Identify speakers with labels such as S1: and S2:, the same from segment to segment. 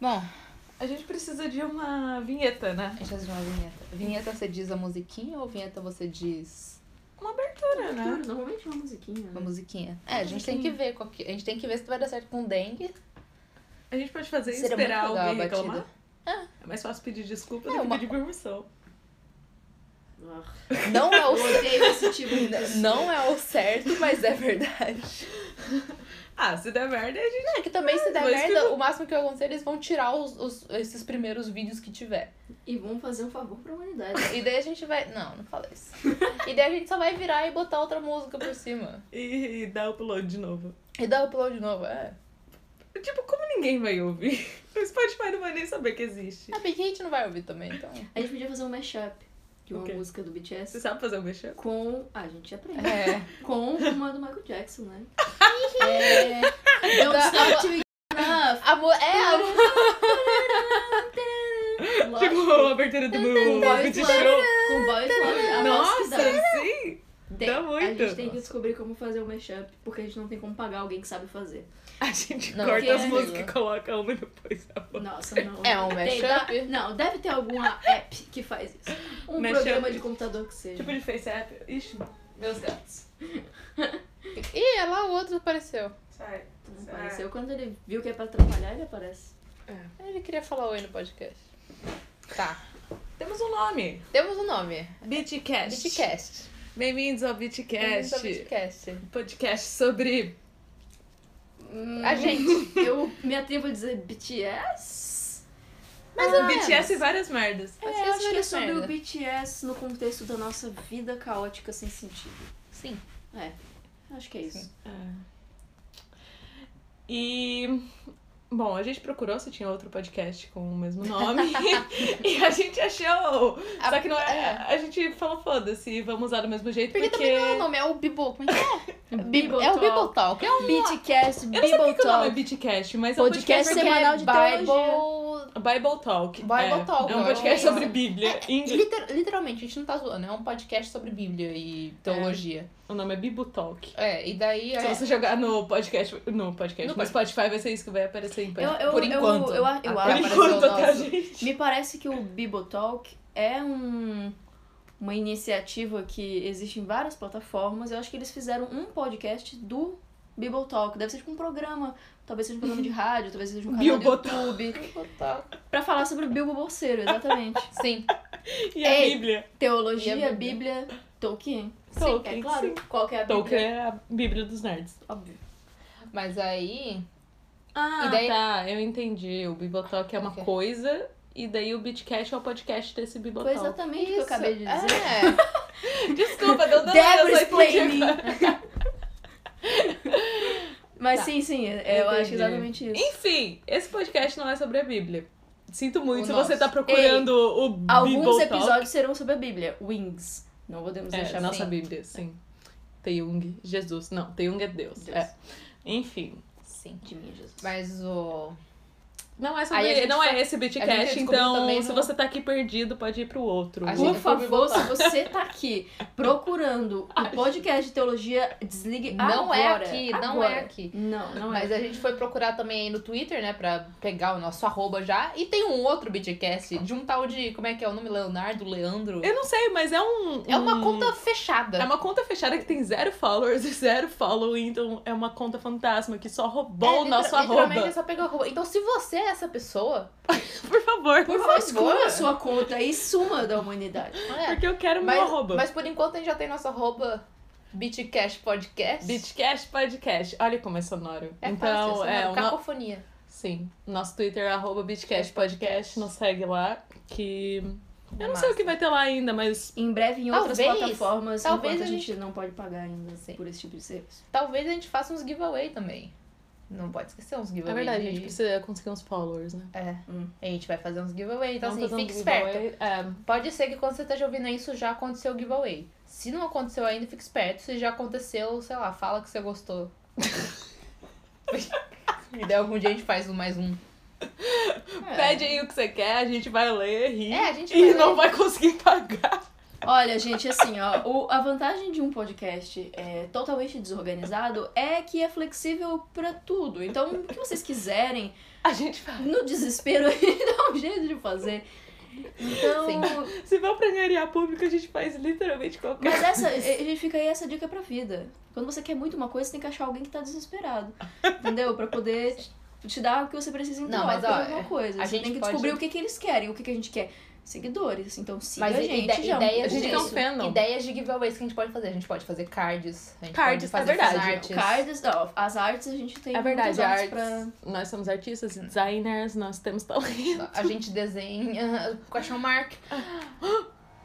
S1: Ah,
S2: A gente precisa de uma vinheta, né?
S1: deixa eu fazer uma vinheta. Vinheta você diz a musiquinha ou vinheta você diz
S2: Uma
S1: Ah.
S2: abertura,
S3: Claro,
S2: né?
S3: normalmente é uma musiquinha.
S1: a
S3: né?
S1: musiquinha? É, a gente tem que ver. qual que- A gente tem que ver se vai dar certo com dengue.
S2: A gente pode fazer e
S1: Seria muito
S2: esperar
S1: legal a
S2: alguém
S1: batida.
S2: reclamar. É mais fácil pedir desculpa do
S1: É,
S2: que
S1: uma-
S2: pedir permissão.
S3: Ah,
S1: Não é
S3: Eu
S1: o certo.
S3: odeio esse tipo de pessoa.
S1: Não é o certo, mas é verdade.
S2: Ah, se der merda, a gente.
S1: É que também se der
S2: Mas
S1: merda,
S2: tudo-
S1: o máximo que eu aconselho, eles vão tirar os, os- esses primeiros vídeos que tiver.
S3: E vamos fazer um favor pra humanidade.
S1: E daí a gente vai. Não, não fala isso. E daí a gente só vai virar e botar outra música por cima.
S2: E, e dá upload de novo.
S1: E dar upload de novo, é.
S2: Tipo, como ninguém vai ouvir? O Spotify não vai nem saber que existe.
S1: Ah, bem que a gente não vai ouvir também, então.
S3: A gente podia fazer um mashup de uma
S2: O quê?
S3: música do
S2: Você
S3: BTS
S2: sabe fazer o mexer?
S3: com. Ah, a gente aprende.
S1: É.
S3: Com uma do Michael Jackson, né?
S1: É.
S3: Don't
S1: Da-
S3: stop to get enough.
S1: A, mu- é, a mu-
S2: Tipo,
S3: Lógico.
S2: a abertura do
S3: Com
S2: meu
S3: Boy
S2: reality show.
S3: Com Boy
S1: É
S3: Flower. a voz que
S2: Nossa,
S3: dá.
S2: sim!
S3: Tem-
S2: dá muito.
S3: A gente tem que descobrir como fazer o mashup, porque a gente não tem como pagar alguém que sabe fazer.
S2: A gente
S1: Não,
S2: corta
S3: que
S2: as
S3: é.
S2: músicas e coloca uma depois da outra.
S3: Nossa, não.
S1: É um
S3: Tem-
S1: mashup?
S3: dá- Não, deve ter alguma app que faz isso. Um
S2: Mashup.
S3: programa de computador que seja.
S2: Tipo de face app. Ixi, meus gatos.
S1: Ih, olha lá o outro apareceu.
S2: Sai.
S1: é.
S3: Não
S2: sai.
S3: Então, Apareceu quando ele viu que é pra atrapalhar, ele aparece.
S2: É.
S1: Ele queria falar oi no podcast. Tá.
S2: Temos um nome.
S1: Temos um nome.
S2: BitCast.
S1: Bitcast. um
S2: Bem-vindos ao
S1: Bem-vindos ao
S2: BitCast.
S1: Bitcast.
S2: Podcast sobre...
S1: A gente.
S3: Eu me atrevo a dizer BTS?
S2: Mas
S1: o
S2: o BTS e várias merdas.
S3: Mas
S1: É,
S3: eu
S1: eu
S3: acho que é
S1: Ah, é, acho
S3: sobre
S1: merda.
S3: o BTS no contexto da nossa vida caótica sem sentido.
S1: Sim.
S3: Acho que é isso.
S2: E... Bom, a gente procurou se tinha outro podcast com o mesmo nome. e a gente achou.
S1: A-
S2: Só que não é.
S1: é.
S2: A gente falou, foda-se, vamos usar do mesmo jeito,
S1: Porque,
S2: porque.
S1: também não é o nome, é o Bibo. Como é que é? Bibo,
S3: Bibo
S1: é o
S3: Talk.
S1: Bible Talk. É um
S3: BTS,
S2: Eu não sei porque
S3: Bible
S2: que o nome é
S3: Talk.
S2: BitCast, mas é um podcast
S3: Podcast
S2: sobre
S3: semanal de teologia.
S1: Bible.
S2: Bible Talk.
S1: Bible
S2: é.
S1: Talk,
S2: É um
S3: eu
S2: podcast
S3: não
S2: sobre
S3: sei.
S2: Bíblia. em inglês.
S1: Liter- literalmente, a gente não tá zoando, é um podcast sobre Bíblia e teologia.
S2: O nome é Bibo Talk.
S1: É, e daí.
S2: Se
S1: é-
S2: você jogar no podcast, no podcast,
S1: No
S2: no Spotify vai ser isso que vai aparecer em
S3: Eu, eu,
S1: Por
S3: eu-
S1: enquanto.
S3: eu, eu, eu
S1: Por
S2: Por
S3: acho.
S1: apareceu
S2: enquanto, até a
S1: nosso.
S2: gente.
S3: Me parece que o Bible Talk é um, uma iniciativa que existe em várias plataformas. Eu acho que eles fizeram um podcast do Bible Talk. Deve ser tipo um programa. Talvez seja um programa de rádio, talvez seja um canal do
S2: Bible Talk.
S3: YouTube.
S1: Bible Talk.
S3: Pra falar sobre o Bilbo Bolseiro, exatamente.
S1: Sim.
S2: E a
S3: Ei.
S2: Bíblia.
S3: Teologia,
S1: E a
S3: Bíblia, Tolkien.
S2: Tolkien,
S3: sim, é claro.
S2: sim.
S3: Qual que é a Bíblia?
S2: Tolkien é a Bíblia dos nerds.
S3: Óbvio.
S1: Mas aí.
S2: Ah,
S1: E daí-
S2: tá. Eu entendi. O Bibotalk é uma
S1: Ok.
S2: coisa e daí o Bitcast é o podcast desse
S3: Foi
S2: Bibotalk.
S3: exatamente o que eu acabei de dizer.
S1: É.
S2: Desculpa, deu dando
S3: Deborah
S2: essa
S3: explain
S2: explodida.
S3: Mas
S2: Tá.
S3: sim, sim, é- eu acho
S2: Entendi.
S3: exatamente isso.
S2: Enfim, esse podcast não é sobre a Bíblia. Sinto muito
S1: O
S2: se
S1: nosso.
S2: você tá procurando o
S3: Alguns
S2: Bibotalk.
S3: episódios serão sobre a Bíblia. Wings. Não podemos
S2: É,
S3: deixar
S2: nossa
S3: assim.
S2: Bíblia, sim. Teyung, Jesus. Não, Teyung é Deus.
S3: Deus.
S2: É. Enfim.
S1: é. Sim.
S3: De mim, Jesus.
S1: Mas o.
S2: Não
S1: Aí
S2: é
S1: a
S2: sobre,
S1: gente
S2: não
S1: fa-
S2: é esse
S1: a gente
S2: Bitcast,
S1: descobriu
S2: então
S1: também
S2: se
S1: no-
S2: você tá aqui perdido, pode ir pro outro.
S1: A
S3: Por
S1: gente-
S3: favor, se você tá aqui procurando
S2: A
S3: o podcast de teologia, desligue
S1: Não
S3: agora.
S1: é aqui, não é
S3: agora.
S1: aqui.
S3: Não, não
S1: Mas
S3: é.
S1: a gente foi procurar também aí no Twitter, né? Pra pegar o nosso arroba já. E tem um outro BTcast de um tal de. Como é que é o nome? Leonardo? Leandro?
S2: Eu não sei, mas é um.
S1: É uma
S2: um-
S1: conta fechada.
S2: É uma conta fechada que tem zero followers e zero following, então é uma conta fantasma que só roubou
S1: É,
S2: o
S1: literal-
S2: nosso
S1: literalmente
S2: arroba.
S1: é só pegar o arroba. Então, se você é essa pessoa,
S2: assim. Por favor.
S1: por
S3: Não,
S1: favor.
S3: exclua a sua conta e suma da humanidade.
S1: É.
S2: Porque eu quero meu
S1: Mas,
S2: arroba.
S1: mas por enquanto a gente já tem nosso arroba BitCash Podcast.
S2: Bitcast Podcast. Olha como é sonoro.
S1: É
S2: então,
S1: fácil,
S2: é
S1: é
S2: o no-
S1: cacofonia.
S2: Sim. Nosso Twitter é arroba Bitcast Podcast. Nos segue lá. Que. Eu não sei o que vai ter lá ainda, mas.
S3: Em breve em outras
S1: Talvez-
S3: plataformas,
S1: talvez
S3: enquanto
S1: a
S3: a gente não pode pagar ainda
S1: Sim.
S3: por esse tipo de serviço.
S1: Talvez a gente faça uns giveaway também. Não pode esquecer uns
S2: É
S1: giveaway. né?
S2: verdade, a gente
S1: de-
S2: precisa conseguir uns followers, né?
S1: É,
S3: Hum.
S1: a gente vai fazer uns giveaway. Então,
S2: Vamos
S1: assim,
S2: fazer um
S1: fique
S2: giveaway.
S1: esperto.
S2: É,
S1: Pode ser que quando você esteja ouvindo isso, já aconteceu o giveaway. Se não aconteceu ainda, fique esperto. Se já aconteceu, sei lá, fala que você gostou. e daí algum dia a gente faz um mais um.
S3: É.
S2: Pede aí o que você quer, É. a gente vai ler, rir.
S1: É, a gente
S2: e
S1: vai
S2: não
S1: ler.
S2: vai conseguir pagar.
S3: Olha, gente, assim, ó, o- a vantagem de um podcast é, totalmente desorganizado é que é flexível pra tudo. Então, o que vocês quiserem,
S2: A gente fala.
S3: no desespero, dá um jeito de fazer. Então,
S2: Se for pra engenharia pública, a gente faz literalmente qualquer
S3: mas essa, a gente fica aí essa dica é pra vida. Quando você quer muito uma coisa, você tem que achar alguém que tá desesperado, entendeu? Pra poder te- te dar o que você precisa em
S1: Não,
S3: troca
S1: mas,
S3: de
S1: ó,
S3: alguma coisa.
S1: a
S3: você
S1: gente
S3: tem que
S1: pode-
S3: descobrir o que, que eles querem, o que, que a gente quer. Seguidores, então siga
S1: Mas
S3: a
S1: ide-
S3: gente. já,
S1: ideias
S2: A gente
S1: de-
S2: tem um
S1: isso.
S2: fandom.
S1: Ideias de giveaways que a gente pode fazer. A gente pode fazer cards. A gente
S2: Cards,
S1: pode
S2: é
S1: fazer
S2: verdade.
S1: fanarts.
S3: Cards, ó, as artes a gente tem
S2: É
S3: muitas
S2: verdade, a
S3: artes
S2: arte.
S3: pra...
S2: Nós somos artistas, designers, nós temos talento.
S1: A gente desenha question mark.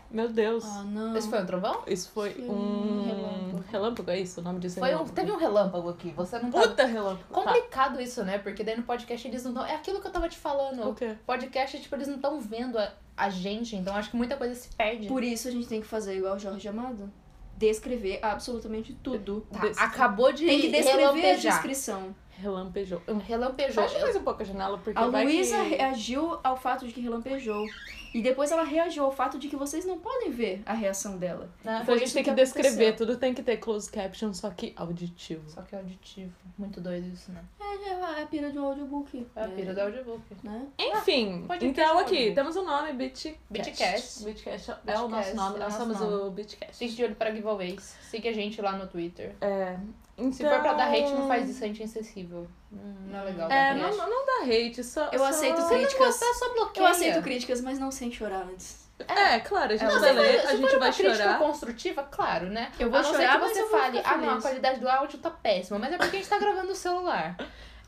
S2: Meu Deus.
S3: Ah, não.
S1: Esse foi um trovão?
S2: Isso foi
S3: Foi um
S2: um.
S3: relâmpago.
S2: Relâmpago. é isso? O nome disso
S1: Foi
S2: é
S1: um, teve um relâmpago aqui. Você não tá...
S2: Puta relâmpago. Tá.
S1: Complicado isso, né? Porque daí no podcast eles não estão... É aquilo que eu tava te falando.
S2: Tá. O quê?
S1: Podcast, tipo, eles não estão vendo a, a gente. Então acho que muita coisa se perde.
S3: Por isso a gente tem que fazer igual o Jorge Amado. Descrever absolutamente tudo.
S1: Tá,
S2: Des-
S1: acabou de
S3: Tem que descrever a
S1: relampejar.
S3: descrição.
S2: Relampejou. Eu-
S1: Relampejou.
S2: Fecha mais um pouco a janela, porque
S3: A
S2: vai
S3: Luísa
S1: é
S2: que...
S3: reagiu ao fato de que relampejou. E depois ela reagiu ao fato de que vocês não podem ver a reação dela.
S1: né?
S2: Então a gente
S3: isso
S2: tem
S3: que
S2: que descrever,
S3: aconteceu.
S2: tudo tem que ter closed caption, só que auditivo.
S1: Só que é auditivo. Muito doido isso, né?
S3: É, é a pira de um audiobook.
S1: É a pira do audiobook.
S3: Né?
S2: Enfim,
S1: Ah, pode
S2: então
S1: fechar,
S2: aqui,
S1: Lu.
S2: temos o nome Beatcast.
S1: Beatcast.
S2: Beatcast é o
S1: Beatcast,
S2: nosso nome,
S1: é o
S2: nós
S1: nosso
S2: somos
S1: nome.
S2: o
S1: Fique
S2: Beatcast.
S1: de olho para giveaways. Siga a gente lá no Twitter.
S2: É, então...
S1: Se for pra dar hate, não faz isso, a gente é insensível. Hum, Não é legal.
S2: É,
S1: dar
S2: não,
S1: hate.
S2: não, não dá hate, só...
S3: Eu
S2: só-
S3: aceito
S2: Você
S1: Se não
S3: críticas.
S1: gostar, só bloqueia.
S3: Eu aceito críticas, mas não sem chorar antes.
S2: É, claro, a gente
S3: Não,
S2: vai
S1: Se for-
S2: ler, a
S1: se for
S2: gente
S1: uma
S2: vai
S1: crítica
S2: chorar.
S1: construtiva, claro, né?
S3: Eu vou
S1: a não ser
S3: chorar,
S1: que
S3: mas
S1: você
S3: eu vou
S1: fale,
S3: ficar
S1: ah, não, a
S3: feliz."
S1: qualidade do áudio tá péssima. Mas é porque a gente tá gravando no celular.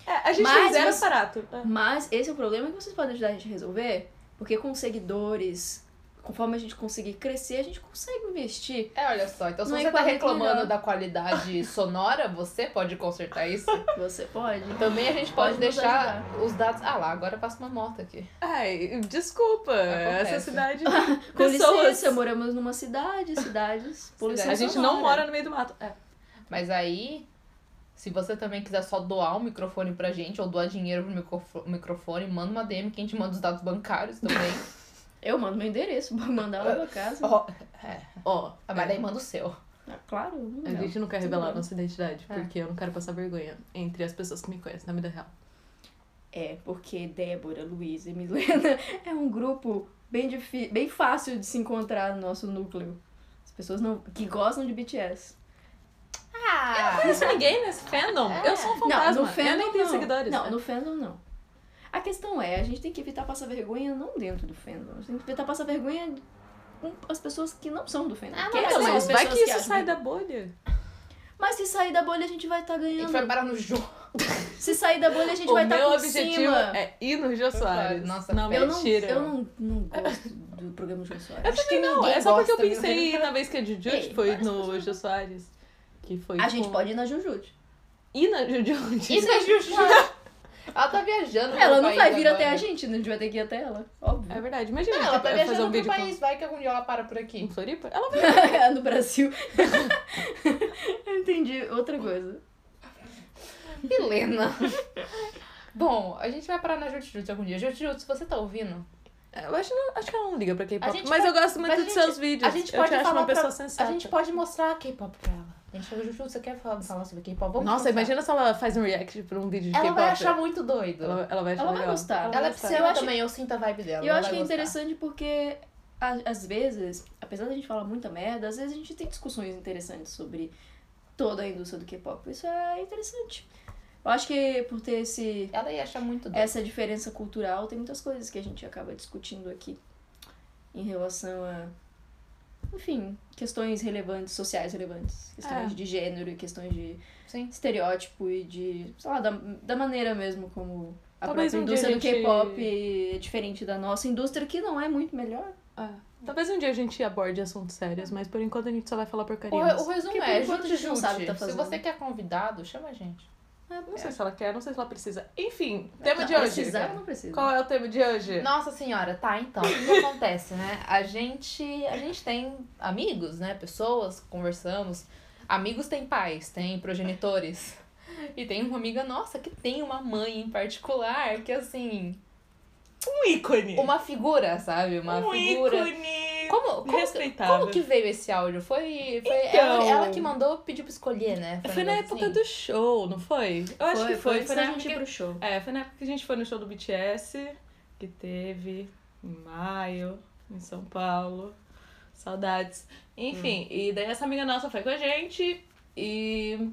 S2: É, a gente
S3: Mas
S2: tem zero
S3: você-
S2: aparato. É.
S3: Mas esse é o problema que vocês podem ajudar a gente a resolver. Porque com seguidores, conforme a gente conseguir crescer, a gente consegue investir
S1: É, olha só. Então se
S3: Não é
S1: você tá
S3: qualidade
S1: reclamando
S3: melhor.
S1: da qualidade sonora, você pode consertar isso.
S3: Você pode? Então,
S1: Também a gente
S3: Pode
S1: pode,
S3: nos
S1: deixar os dados... Ah lá, agora passa uma moto aqui.
S2: Ai, desculpa,
S1: Acontece.
S2: essa cidade...
S3: É, Com
S2: pessoas...
S3: licença, moramos numa cidade, cidades, poluição
S2: A gente não mora no meio do mato. É.
S1: Mas aí, se você também quiser só doar um microfone pra gente, ou doar dinheiro pro microfo- microfone, manda uma DM que a gente manda os dados bancários também.
S3: Eu mando meu endereço, vou mandar lá pra casa.
S1: Ó,
S2: Ó,
S1: ah, mas daí manda o seu.
S3: Ah, claro,
S2: A
S3: não.
S2: gente não quer
S3: tudo
S2: revelar
S3: bem.
S2: nossa identidade,
S1: É.
S2: porque eu não quero passar vergonha entre as pessoas que me conhecem na vida real.
S3: É, porque Débora, Luísa e Milena é um grupo bem, difi- bem fácil de se encontrar no nosso núcleo. As pessoas não... que gostam de BTS.
S1: Ah!
S2: Isso ninguém nesse fandom?
S1: É.
S2: Eu sou um fantasma.
S3: é. não, no fandom
S2: eu nem tenho
S3: não.
S2: seguidores. né?
S3: Não, no fandom não. A questão é, a gente tem que evitar passar vergonha não dentro do fandom. A gente tem que evitar passar vergonha com as pessoas que não são do fandom.
S1: Ah, não,
S3: Quem
S1: mas
S2: Não,
S3: são
S2: mas é
S3: as
S2: vai
S3: pessoas
S2: que isso
S3: acham
S2: sai da bolha.
S3: Mas se sair da bolha, a gente vai estar
S1: A gente
S3: ganhando.
S1: vai parar no jogo.
S3: Se sair da bolha, a gente
S2: o
S3: vai estar
S2: meu
S3: por
S2: objetivo
S3: cima.
S2: é ir no Jô Soares.
S1: Nossa,
S2: não,
S1: eu
S3: eu não,
S2: mentira.
S3: eu não, não gosto do programa de Jô Soares.
S1: Acho que
S2: Não,
S1: ninguém
S2: é só porque eu
S1: gosta, viu?
S2: pensei na vez que a Juju
S3: Ei,
S2: foi
S3: várias
S2: no
S3: pessoas.
S2: Jô Soares. Que foi
S3: A
S2: com-
S3: gente pode ir na Jujute.
S2: ir na Juju.
S1: Isso é Juju. Ela tá viajando. pro
S3: Ela não
S1: país
S3: vai vir
S1: agora.
S3: até a gente, né? a gente vai ter que ir até ela.
S2: É
S3: Óbvio.
S2: verdade. Imagina
S1: Não,
S2: a gente
S1: ela tá
S2: fazer
S1: viajando
S2: um
S1: pro
S2: vídeo
S1: país. Vai que algum dia ela para por
S2: com... em
S1: aqui.
S2: Floripa. Ela vai.
S3: no Brasil. eu entendi outra coisa.
S1: Helena. Bom, a gente vai parar na Jutjutsu algum dia. Jutjutsu, você tá ouvindo?
S2: Eu acho, não- acho que ela não liga pra K-pop.
S1: A gente
S2: Mas
S1: pode-
S2: eu gosto muito
S1: mas a
S2: dos
S1: gente-
S2: seus vídeos.
S1: a gente
S2: eu
S1: pode
S2: te acho
S1: falar
S2: uma
S1: pra-
S2: pessoa
S1: A
S2: sensata.
S1: gente pode mostrar K-pop pra ela. A gente chega, Juju, você quer falar, falar sobre K-pop? Vamos
S2: Nossa,
S1: mostrar.
S2: imagina se ela faz um react pra um vídeo de
S1: Ela
S2: K-pop.
S1: vai achar muito doido. Ela,
S2: Ela, ela vai achar
S3: Ela vai
S2: legal.
S3: gostar.
S2: vai
S1: é
S2: gostar.
S1: psicóloga
S3: Eu acho-
S1: também, eu sinto a vibe dela.
S3: E eu
S1: ela
S3: acho que
S1: vai
S3: é
S1: gostar.
S3: interessante porque, a- às vezes, apesar da gente falar muita merda, às vezes a gente tem discussões interessantes sobre toda a indústria do K-pop. Isso é interessante. Eu acho que por ter esse
S1: Ela ia achar muito doido.
S3: essa diferença cultural, tem muitas coisas que a gente acaba discutindo aqui em relação a, enfim, questões relevantes, sociais relevantes, questões
S2: É.
S3: de gênero e questões de
S1: Sim.
S3: estereótipo e de, sei lá, da, da maneira mesmo como a
S2: Talvez
S3: própria
S2: um dia
S3: indústria
S2: a
S3: do
S2: gente-
S3: K-pop é diferente da nossa indústria, que não é muito melhor.
S2: Ah, Talvez um dia a gente aborde assuntos sérios, mas por enquanto a gente só vai falar
S1: O,
S2: porcaria.
S1: o resumo
S3: Porque por
S1: é,
S3: enquanto a
S1: Jute,
S3: gente não sabe o que tá
S1: se
S3: fazendo.
S1: você quer convidado, chama a gente.
S2: é, Não sei se ela quer, não sei se ela precisa. Enfim, tema
S3: Não,
S2: de hoje.
S3: precisar ou não precisa?
S2: Qual é o tema de hoje?
S1: Nossa senhora, tá, então, o que acontece, né? A gente, a gente tem amigos, né? Pessoas, conversamos. Amigos têm pais, têm progenitores. E tem uma amiga nossa que tem uma mãe em particular, que assim,
S2: Um ícone.
S1: uma figura, sabe? Uma
S2: um
S1: figura.
S2: ícone
S1: Como, como, que,
S2: respeitável.
S1: como que veio esse áudio? Foi, foi
S2: Então-
S1: ela, ela que mandou, pediu pra escolher, né?
S2: Foi na época do show, não foi? Eu acho que assim. foi.
S3: foi,
S2: Foi,
S3: antes
S2: na
S3: da
S2: época
S3: gente ir
S2: que...
S3: pro show.
S2: É, foi na época que a gente foi no show do BTS, que teve em maio, em São Paulo. Saudades. Enfim, e daí essa amiga nossa foi com a gente e.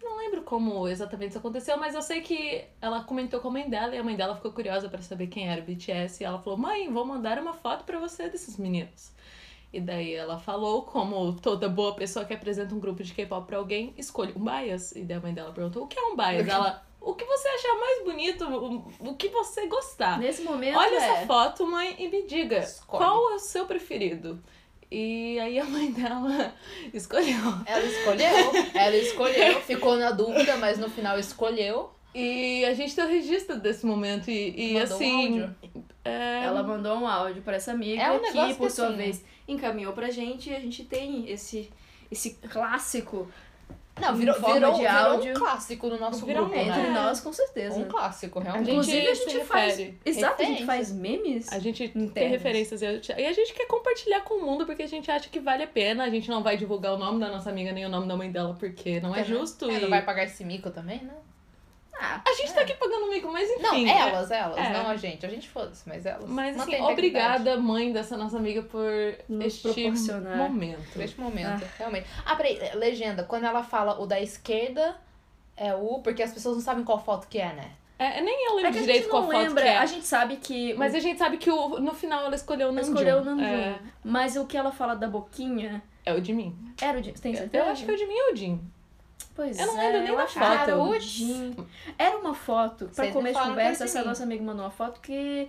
S2: Não lembro como exatamente isso aconteceu, mas eu sei que ela comentou com a mãe dela e a mãe dela ficou curiosa pra saber quem era o BTS e ela falou: "Mãe, vou mandar uma foto pra você desses meninos". E daí ela falou como toda boa pessoa que apresenta um grupo de K-pop pra alguém, escolhe um bias. E daí a mãe dela perguntou: "O que é um bias?". Ela: "O que você achar mais bonito, o, o que você gostar".
S3: Nesse momento,
S2: Ah, Olha
S3: é...
S2: essa foto, mãe, e me diga
S1: Escolhe.
S2: qual é o seu preferido. E aí a mãe dela escolheu.
S1: Ela escolheu, ela escolheu, ficou na dúvida, mas no final escolheu.
S2: E a gente tem o registro desse momento. E, e
S1: Mandou um
S2: assim.
S1: áudio.
S2: é,
S3: Ela mandou um áudio pra essa amiga
S1: É um
S3: que,
S1: negócio
S3: por
S1: que,
S3: sua
S1: assim,
S3: vez, encaminhou pra gente e a gente tem esse, esse clássico
S1: Não, virou,
S3: Em forma
S1: virou,
S3: de
S1: virou um
S3: áudio.
S1: clássico no nosso
S2: Virou
S1: grupo,
S2: um-
S3: entre
S1: né?
S2: É.
S3: nós, com certeza.
S1: Um clássico, realmente.
S3: Inclusive, a gente
S2: se
S3: faz.
S2: refere.
S3: Exato, a gente
S1: Referência.
S3: faz memes.
S2: A gente tem
S3: Internas.
S2: referências e a gente- e a gente quer compartilhar com o mundo porque a gente acha que vale a pena. A gente não vai divulgar o nome da nossa amiga nem o nome da mãe dela porque não é,
S1: É, né?
S2: justo.
S1: Ela
S2: e-
S1: vai pagar esse mico também, né?
S3: Ah,
S2: A gente tá aqui pagando mico, mas enfim.
S1: Não,
S2: é-
S1: elas, elas,
S2: é.
S1: não a gente. A gente foda-se, mas elas.
S2: Mas assim,
S1: Mantém a integridade
S2: obrigada, mãe dessa nossa amiga, por
S3: Nos
S2: este
S3: proporcionar.
S2: momento.
S1: Neste momento, realmente. Ah, peraí, legenda. Quando ela fala o da esquerda, é o. Porque as pessoas não sabem qual foto que é, né?
S2: É, nem eu
S3: é
S2: lembro
S3: que a gente
S2: direito qual
S3: não
S2: foto
S3: lembra.
S2: que é.
S3: A gente sabe que.
S2: Mas a gente sabe que o- no final ela escolheu o
S3: ela
S2: Namjoon.
S3: escolheu o Namjoon.
S2: É,
S3: Mas o que ela fala da boquinha
S2: é o de mim.
S3: era o Jin. Tem
S2: Eu,
S3: certeza?
S2: acho que é o de mim ou o Jin.
S3: Pois
S2: eu não
S3: é,
S2: lembro nem
S3: eu
S2: da
S3: acho que era
S2: foto.
S3: o Jin. Era uma foto, pra
S1: Vocês me
S3: começo de
S1: falaram que
S3: conversa,
S1: era de
S3: essa
S1: mim.
S3: nossa amiga mandou uma foto que.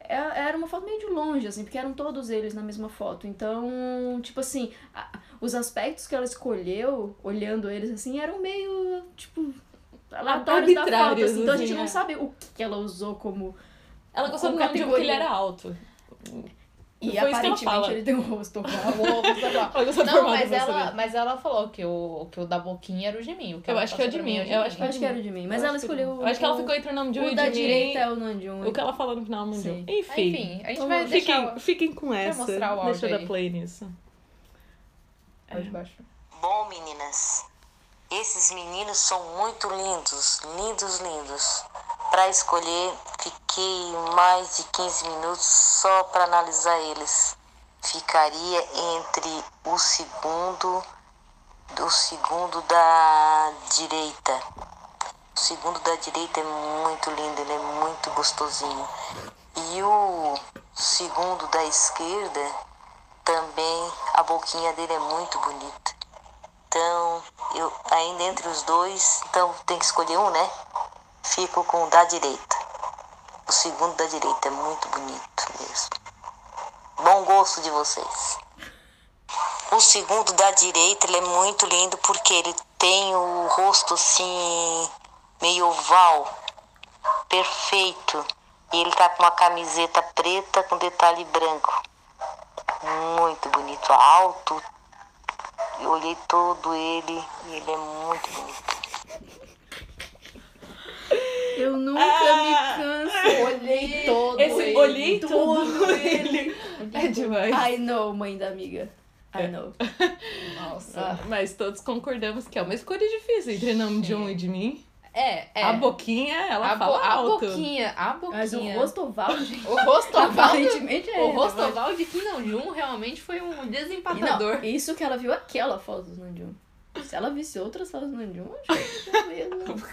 S3: é- Era uma foto meio de longe, assim, porque eram todos eles na mesma foto. Então, tipo assim, a- os aspectos que ela escolheu, olhando eles assim, eram meio, tipo, aleatórios da foto.
S2: Arbitrários,
S3: Assim. Então a
S2: assim,
S3: gente
S2: é.
S3: não sabe o que que ela usou como.
S2: Ela gostou do
S3: Como
S2: Namjoon porque ele
S3: categoria.
S2: era alto. Foi
S3: E
S2: isso que ela
S3: aparentemente
S2: fala.
S3: ele tem um rosto oval.
S1: O ovo, blá, blá.
S2: Ela
S3: Tá
S2: gostou do
S1: Não,
S2: formato
S1: mas
S2: do meu
S1: ela,
S2: sorriso.
S1: mas ela falou que o, que o da boquinha era o de mim. O que
S2: Eu
S1: ela
S2: acho que é o
S1: passou
S2: de
S1: pra mim
S2: mim,
S1: é o de
S2: eu
S1: mim.
S2: acho
S3: Eu acho que era o de mim, mas
S2: Eu
S3: ela
S2: acho que-
S3: escolheu.
S2: Eu acho que ela
S3: o-
S2: ficou entre o Namjoon e
S3: O
S2: o
S3: da
S2: de mim.
S3: direita é o Nanjun.
S2: O que ela falou no final do Namjoon.
S3: Sim.
S1: Ah,
S2: Enfim.
S1: Enfim, a gente
S3: Vamos-
S1: vai deixar
S2: Fiquem, fiquem com essa.
S1: mostrar o áudio
S2: Deixa eu dar
S1: aí.
S2: play nisso.
S1: o áudio baixo.
S4: Bom, meninas, esses meninos são muito lindos, lindos, lindos. Para escolher, fiquei mais de 15 minutos só para analisar eles. Ficaria entre o segundo do segundo da direita. O segundo da direita é muito lindo, ele é muito gostosinho. E o segundo da esquerda também, a boquinha dele é muito bonita. Então, eu ainda entre os dois, então tem que escolher um, né? Fico com o da direita. O segundo da direita é muito bonito mesmo. Bom gosto de vocês. O segundo da direita, ele é muito lindo porque ele tem o rosto assim meio oval, perfeito. E ele tá com uma camiseta preta com detalhe branco. Muito bonito, alto, eu olhei todo ele e ele é muito bonito.
S3: Eu nunca
S2: Ah!
S3: me canso.
S1: Olhei todo.
S2: Esse
S1: ele.
S2: olhei todo ele. É demais.
S3: I know, mãe da amiga. I know.
S1: Nossa.
S2: Ah,
S3: Ah.
S2: Mas todos concordamos que é uma escolha difícil entre Namjoon e de mim.
S1: É, é.
S2: A boquinha, ela
S1: a, bo-
S2: fala
S1: a
S2: alto.
S1: boquinha, a boquinha.
S3: Mas o rosto oval, gente,
S1: O rosto oval. do-
S3: aparentemente é.
S1: O rosto
S3: oval.
S1: oval de Kim Namjoon realmente foi um
S3: E não,
S1: desempatador.
S3: isso que ela viu aquela foto do Nanjum. Se ela visse outras fotos do Nanjum, acho que ela ia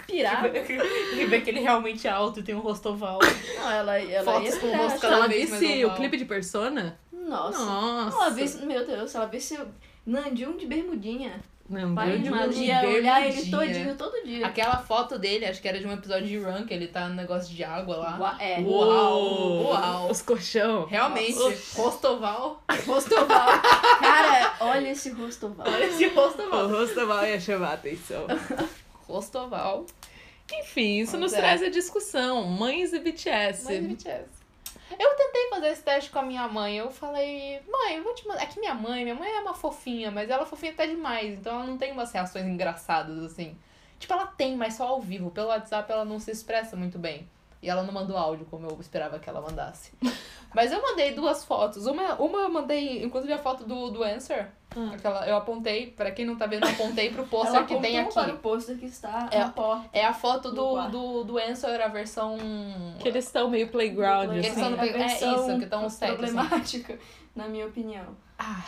S3: pirar.
S1: E ver que ele realmente é alto e tem um rosto oval.
S3: Não, ela, ela ia
S1: Fotos com o rosto
S3: pirar.
S2: Se ela
S1: Cada vez mais
S2: visse o
S1: oval.
S2: clipe de Persona,
S3: Nossa. Se ela
S2: nossa.
S3: visse, meu Deus, se ela visse o Nanjum de bermudinha. Pai
S1: Um
S2: Namjoon de
S3: amado,
S2: de
S3: ia olhar ele
S1: bermudinha.
S3: todinho, todo dia.
S1: Aquela foto dele, acho que era de um episódio de Run, que ele tá no negócio de água lá.
S3: Ua- É,
S1: Uau, uau.
S2: Os colchão.
S1: Realmente,
S2: Nossa.
S1: rosto oval.
S3: rosto oval. Cara, olha esse rosto oval.
S1: Olha esse rosto
S2: O
S1: oval.
S2: rosto mal ia chamar a atenção.
S1: Rosto oval.
S2: Enfim, isso
S1: Pois
S2: nos
S1: é.
S2: traz a discussão. Mães e BTS.
S1: Mas BTS. Eu tentei fazer esse teste com a minha mãe. Eu falei, mãe, eu vou te mandar. É que minha mãe, minha mãe é uma fofinha, mas ela é fofinha até demais. Então ela não tem umas reações engraçadas, assim. Tipo, ela tem, mas só ao vivo. Pelo WhatsApp ela não se expressa muito bem. E ela não mandou áudio como eu esperava que ela mandasse. Mas eu mandei duas fotos. Uma, uma eu mandei, inclusive, a foto do, do Answer.
S2: Ah.
S1: Aquela, eu apontei, pra quem não tá vendo, eu apontei pro
S3: Ela
S1: pôster que tem
S3: apontou
S1: aqui.
S3: para o pôster que está
S1: É.
S3: na porta.
S1: É a foto
S3: No
S1: do,
S3: quarto.
S1: do, do Answer, a versão.
S2: Que eles estão meio playground,
S1: Eles
S2: assim.
S1: são no
S3: A
S1: pe- é
S3: versão
S1: isso, que tão os tetos, assim.
S3: problemática, na minha opinião.
S1: Ah.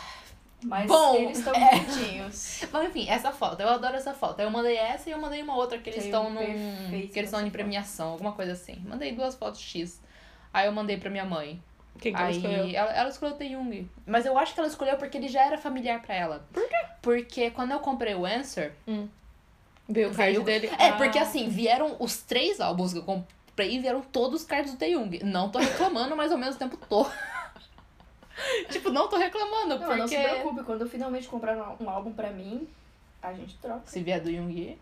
S3: Mas
S1: Bom,
S3: eles estão bonitinhos.
S1: Mas enfim, essa foto, eu adoro essa foto. Eu mandei essa e eu mandei uma outra que eles
S3: Tem
S1: estão
S3: um
S1: num.
S3: perfeito
S1: Que eles estão
S3: nessa
S1: em premiação, alguma coisa assim. Mandei duas fotos X. Aí eu mandei pra minha mãe.
S2: Quem que ela escolheu?
S1: Aí ela, ela escolheu o The Young. Mas eu acho que ela escolheu porque ele já era familiar pra ela. Por quê? Porque quando eu comprei o Answer.
S2: Veio o card
S1: Veio-
S2: um dele.
S1: É,
S2: Ah.
S1: porque assim, vieram os três álbuns que eu comprei e vieram todos os cards do The Young. Não tô reclamando, mas ao mesmo tempo tô. tipo, não tô reclamando,
S3: Não, mas não se
S1: porque.
S3: preocupe, quando eu finalmente comprar um álbum pra mim, a gente troca.
S1: se vier do Young.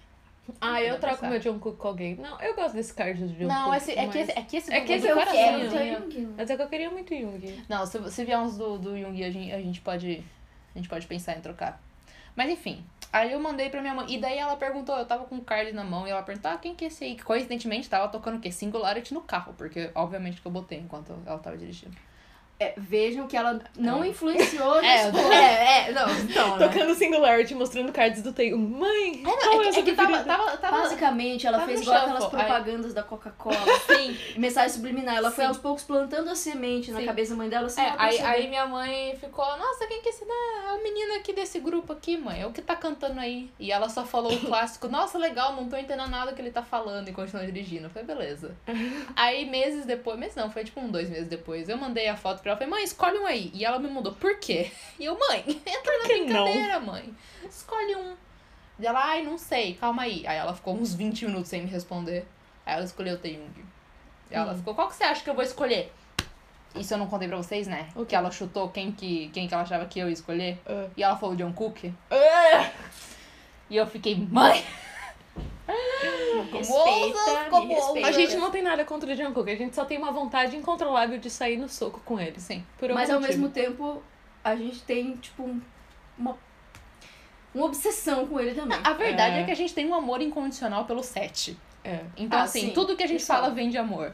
S2: Ah, eu
S1: Vou
S2: troco
S1: pensar.
S2: meu Jungkook com alguém. Não, eu gosto desse card do Jungkook.
S1: Não, esse, é,
S2: mas...
S1: que esse, é que esse
S2: É que
S1: do
S2: esse eu
S1: coração.
S2: quero.
S3: Young.
S2: Mas é que eu queria muito Jung.
S1: Não, se, se vier uns do, do Jung, a gente, a gente pode. A gente pode pensar em trocar. Mas enfim. Aí eu mandei pra minha mãe. E daí ela perguntou, eu tava com o card na mão e ela perguntou, ah, quem que é esse aí? Que coincidentemente tava tocando o quê? Singularity no carro, porque obviamente que eu botei enquanto ela tava dirigindo.
S3: É, vejam que ela não influenciou
S1: É,
S3: nas
S1: eu- é, é, não,
S3: Ah,
S1: então. né?
S2: Tocando Singularity, mostrando cards do Taeyong. Mãe,
S1: É, não,
S2: qual
S1: é, que- é
S2: essa
S1: que
S2: preferida?
S1: tava, tava, tava
S3: Basicamente, ela
S1: Tá no
S3: fez igual aquelas
S1: shuffle, aí-
S3: propagandas da Coca-Cola,
S1: assim.
S3: mensagem subliminar. Ela foi
S1: Sim.
S3: aos poucos plantando a semente na
S1: Sim.
S3: cabeça da mãe dela assim, sem
S1: É,
S3: ela
S1: aí,
S3: perceber.
S1: aí minha mãe ficou, nossa, quem que é esse? né? É o menino aqui desse grupo aqui, mãe. É o que tá cantando aí. E ela só falou o clássico, nossa, legal, não tô entendendo nada que ele tá falando e continuou dirigindo. Foi beleza. aí meses depois, meses não, foi tipo um, dois meses depois, eu mandei a foto pra ela, falei, mãe, escolhe um aí. E ela me mandou, por quê? E eu, mãe, entra na
S2: que não?
S1: brincadeira, mãe. Escolhe um. E ela, ai, não sei, calma aí. Aí ela ficou uns 20 minutos sem me responder. Aí ela escolheu o Taeyong. E ela ficou, qual que você acha que eu vou escolher? Isso eu não contei pra vocês, né?
S2: O quê?
S1: Que ela chutou quem que, quem que ela achava que eu ia escolher.
S2: Ah.
S1: E ela falou John Cook.
S2: Ah!
S1: E eu fiquei, mãe! Como ousa,
S3: Respeita,
S1: como
S3: me
S1: ousa.
S3: respeita.
S2: A gente não tem nada contra o Jungkook, a gente só tem uma vontade incontrolável de sair no soco com ele.
S1: Sim.
S2: Por algum
S3: Mas ao
S2: motivo.
S3: mesmo tempo, a gente tem, tipo, um- uma, uma obsessão com ele também.
S1: A verdade é.
S2: É.
S1: que a gente tem um amor incondicional pelo set.
S2: É.
S1: Então,
S3: Ah,
S1: assim,
S3: sim.
S1: tudo que a gente
S3: Isso.
S1: fala vem de amor.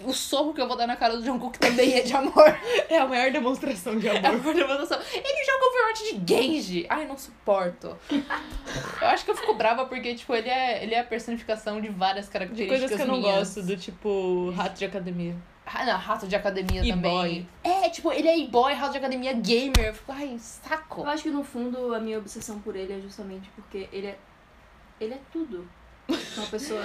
S1: O soco que eu vou dar na cara do John Cook também é de amor.
S2: É a maior demonstração de
S1: É
S2: amor.
S1: uma demonstração. Ele joga Overwatch de Genji. Ai, não suporto. Eu acho que eu fico brava porque, tipo, ele é, ele é a personificação de várias
S2: De
S1: características
S2: coisas que eu não
S1: minhas.
S2: gosto, do tipo rato de academia.
S1: Ah, não, rato de academia
S2: E
S1: também.
S2: boy.
S1: É, tipo, ele é e-boy, rato de academia gamer. Eu fico, ai, saco.
S3: Eu acho que no fundo a minha obsessão por ele é justamente porque ele é. Ele é tudo. que Uma pessoa.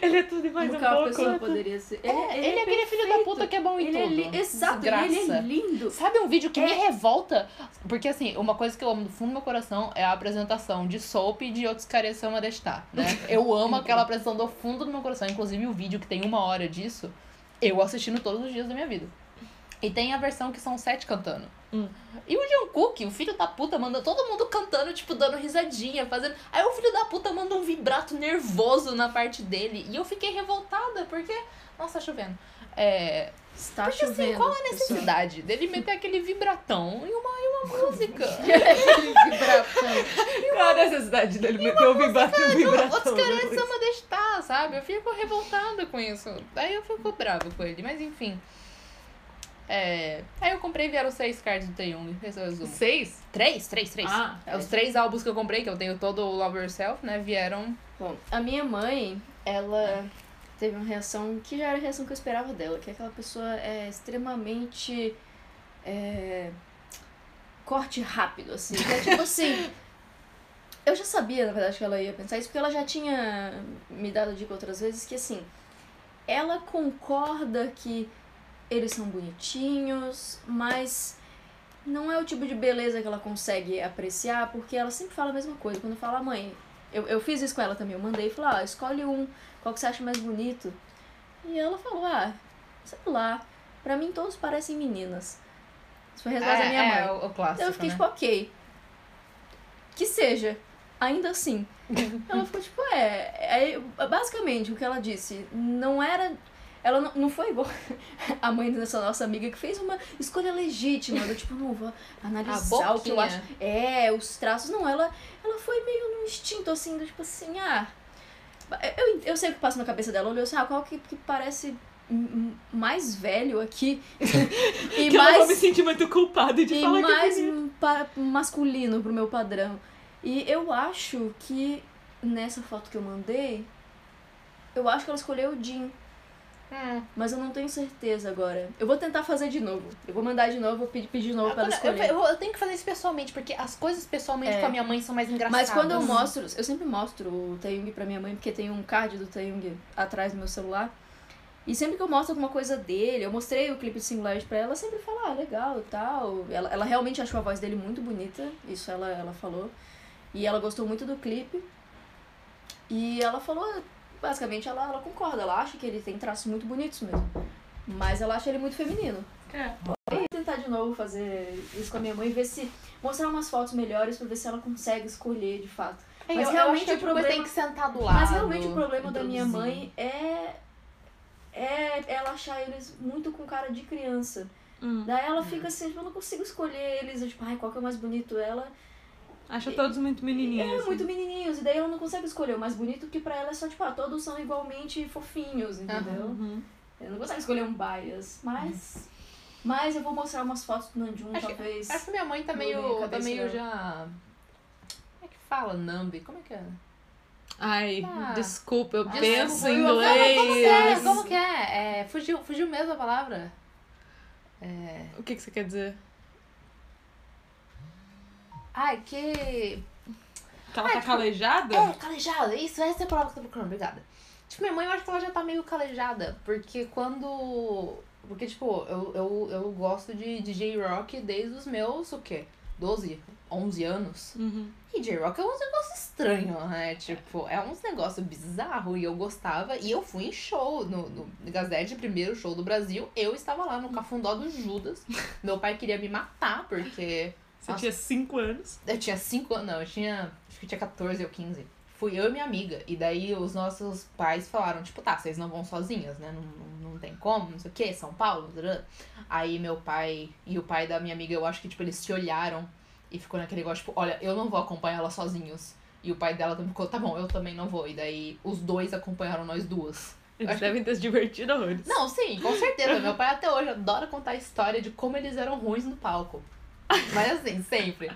S2: Ele é tudo e mais
S3: nunca
S2: um
S3: uma
S2: pouco.
S3: pessoa poderia ser.
S1: É, ele, é aquele filho da puta que é bom em
S3: Ele é
S1: tudo.
S3: li- Exato,
S1: Desgraça.
S3: ele é lindo.
S1: Sabe um vídeo que
S3: É.
S1: me revolta? Porque, assim, uma coisa que eu amo do fundo do meu coração é a apresentação de Soap e de outros caras Sama Destar, né? Eu amo aquela apresentação do fundo do meu coração. Inclusive, o vídeo que tem uma hora disso, eu assistindo todos os dias da minha vida. E tem a versão que são sete cantando.
S2: Hum.
S1: E o Jungkook, o filho da puta, manda todo mundo cantando, tipo, dando risadinha, fazendo... Aí o filho da puta manda um vibrato nervoso na parte dele. E eu fiquei revoltada, porque... Nossa, tá chovendo. É...
S3: Está
S1: Porque, assim,
S3: chovendo.
S1: qual
S3: a
S1: necessidade dele meter aquele vibratão em uma, em uma música.
S2: Qual a necessidade dele meter o vibrato
S3: é
S2: no
S3: um
S1: Outros
S2: vibração?
S1: caras são uma destar, sabe? Eu fico revoltada com isso. Aí eu fico brava com ele, mas enfim. É... Aí eu comprei e vieram seis cards do Taeyong. Esse é o resumo.
S2: Seis?
S1: Três, três, três.
S2: Ah.
S1: É Os três álbuns que eu comprei, que eu tenho todo o Love Yourself, né? Vieram.
S3: Bom, a minha mãe, ela teve uma reação que já era a reação que eu esperava dela, que aquela pessoa é extremamente. é, corte rápido, assim. Que é tipo assim. Eu já sabia, na verdade, que ela ia pensar isso, porque ela já tinha me dado dica outras vezes que assim. Ela concorda que eles são bonitinhos, mas não é o tipo de beleza que ela consegue apreciar, porque ela sempre fala a mesma coisa. Quando fala, mãe, eu, eu fiz isso com ela também. Eu mandei e falei, ah, escolhe um, qual que você acha mais bonito. E ela falou, ah, sei lá, pra mim todos parecem meninas. Isso foi a resposta da minha
S1: é,
S3: mãe.
S1: é, o, o clássico.
S3: Então eu fiquei
S1: né?
S3: tipo, ok. Que seja. Ainda assim. ela ficou tipo, é, é. Basicamente, o que ela disse não era. Ela não, não foi igual a mãe dessa nossa amiga que fez uma escolha legítima. Do tipo, não vou analisar o que eu
S1: boquinha.
S3: acho. É, os traços. Não, ela, ela foi meio no instinto, assim, do tipo assim, ah. Eu, eu sei o que passa na cabeça dela. Olhou assim, ah, qual que, que parece m- m- mais velho aqui e
S2: que eu não vou me
S3: mais,
S2: sentir muito culpada de
S3: e
S2: falar
S3: mais um
S2: que é bonito.
S3: pa- masculino pro meu padrão. E eu acho que nessa foto que eu mandei, eu acho que ela escolheu o Jean.
S1: Hum.
S3: Mas eu não tenho certeza agora. Eu vou tentar fazer de novo. Eu vou mandar de novo, vou pedir, pedir de novo pra ela
S1: Quando- eu,
S3: escolher.
S1: eu- eu tenho que fazer isso pessoalmente, porque as coisas pessoalmente
S3: É.
S1: com a minha mãe são mais engraçadas.
S3: Mas quando eu mostro, eu sempre mostro o Taeyong pra minha mãe, porque tem um card do Taeyong atrás do meu celular. E sempre que eu mostro alguma coisa dele, eu mostrei o clipe de Singularity pra ela, ela sempre fala, ah, legal e tal. Ela, ela realmente achou a voz dele muito bonita, isso ela, ela falou. E ela gostou muito do clipe. E ela falou, basicamente, ela, ela concorda, ela acha que ele tem traços muito bonitos mesmo. Mas ela acha ele muito feminino. Eu vou tentar de novo fazer isso com a minha mãe, ver se. mostrar umas fotos melhores pra ver se ela consegue escolher de fato.
S1: É,
S3: Mas
S1: eu- eu
S3: realmente
S1: acho que
S3: o problema-
S1: tem que sentar do lado.
S3: Mas realmente o problema da minha
S1: introduzir.
S3: mãe é. É ela achar eles muito com cara de criança.
S2: Hum,
S3: Daí
S1: Uhum.
S3: ela fica assim, tipo, eu não consigo escolher eles. eu, Tipo, ai, qual que é o mais bonito? Ela
S2: Acho todos muito menininhos.
S3: é muito menininhos. E daí ela não consegue escolher o mais bonito, que pra ela é só, tipo, ah, todos são igualmente fofinhos, entendeu?
S2: Uhum.
S3: Eu não consigo escolher um bias. Mas. Mas eu vou mostrar umas fotos do Nanjum,
S1: Acho que-
S3: talvez.
S1: Acho que minha mãe tá
S3: Não
S1: meio.
S3: vem a
S1: tá
S3: cabeça
S1: meio
S3: dela.
S1: já. Como é que fala? Nambi? Como é que é?
S2: Ai,
S1: Ah.
S2: desculpa, eu
S1: Desculpa,
S2: penso em
S1: eu- não, mas Como que é?
S2: inglês.
S1: Como que é? É, fugiu, fugiu mesmo a palavra? É.
S2: O que, que você quer dizer?
S1: Ai, que.
S2: Que ela tá calejada?
S1: É, calejada. Isso, essa é a palavra que eu tô procurando, obrigada. Tipo, minha mãe, eu acho que ela já tá meio calejada. Porque quando. Porque, tipo, eu, eu, eu gosto de, de J-Rock desde os meus, o quê? 12, 11 anos.
S2: Uhum.
S1: E J-Rock é uns negócios estranhos, né? Tipo, é uns negócios bizarros. E eu gostava. E eu fui em show no, no Gazette, primeiro show do Brasil. Eu estava lá no Cafundó do Judas. Meu pai queria me matar, porque.
S2: Você
S1: Nossa.
S2: tinha 5 anos.
S1: Eu tinha 5 anos, não, eu tinha. Acho que eu tinha 14 ou 15. Fui eu e minha amiga. E daí os nossos pais falaram, tipo, tá, vocês não vão sozinhas, né? Não, não, não tem como, não sei o quê, São Paulo. tarará. Aí meu pai e o pai da minha amiga, eu acho que, tipo, eles se olharam e ficou naquele negócio, tipo, olha, eu não vou acompanhar ela sozinhos. E o pai dela também ficou, tá bom, eu também não vou. E daí os dois acompanharam nós duas.
S2: Eles
S1: Acho que-
S2: devem ter se divertido horrores.
S1: Não, sim, com certeza. Meu pai até hoje adora contar a história de como eles eram ruins no palco. Mas assim, sempre.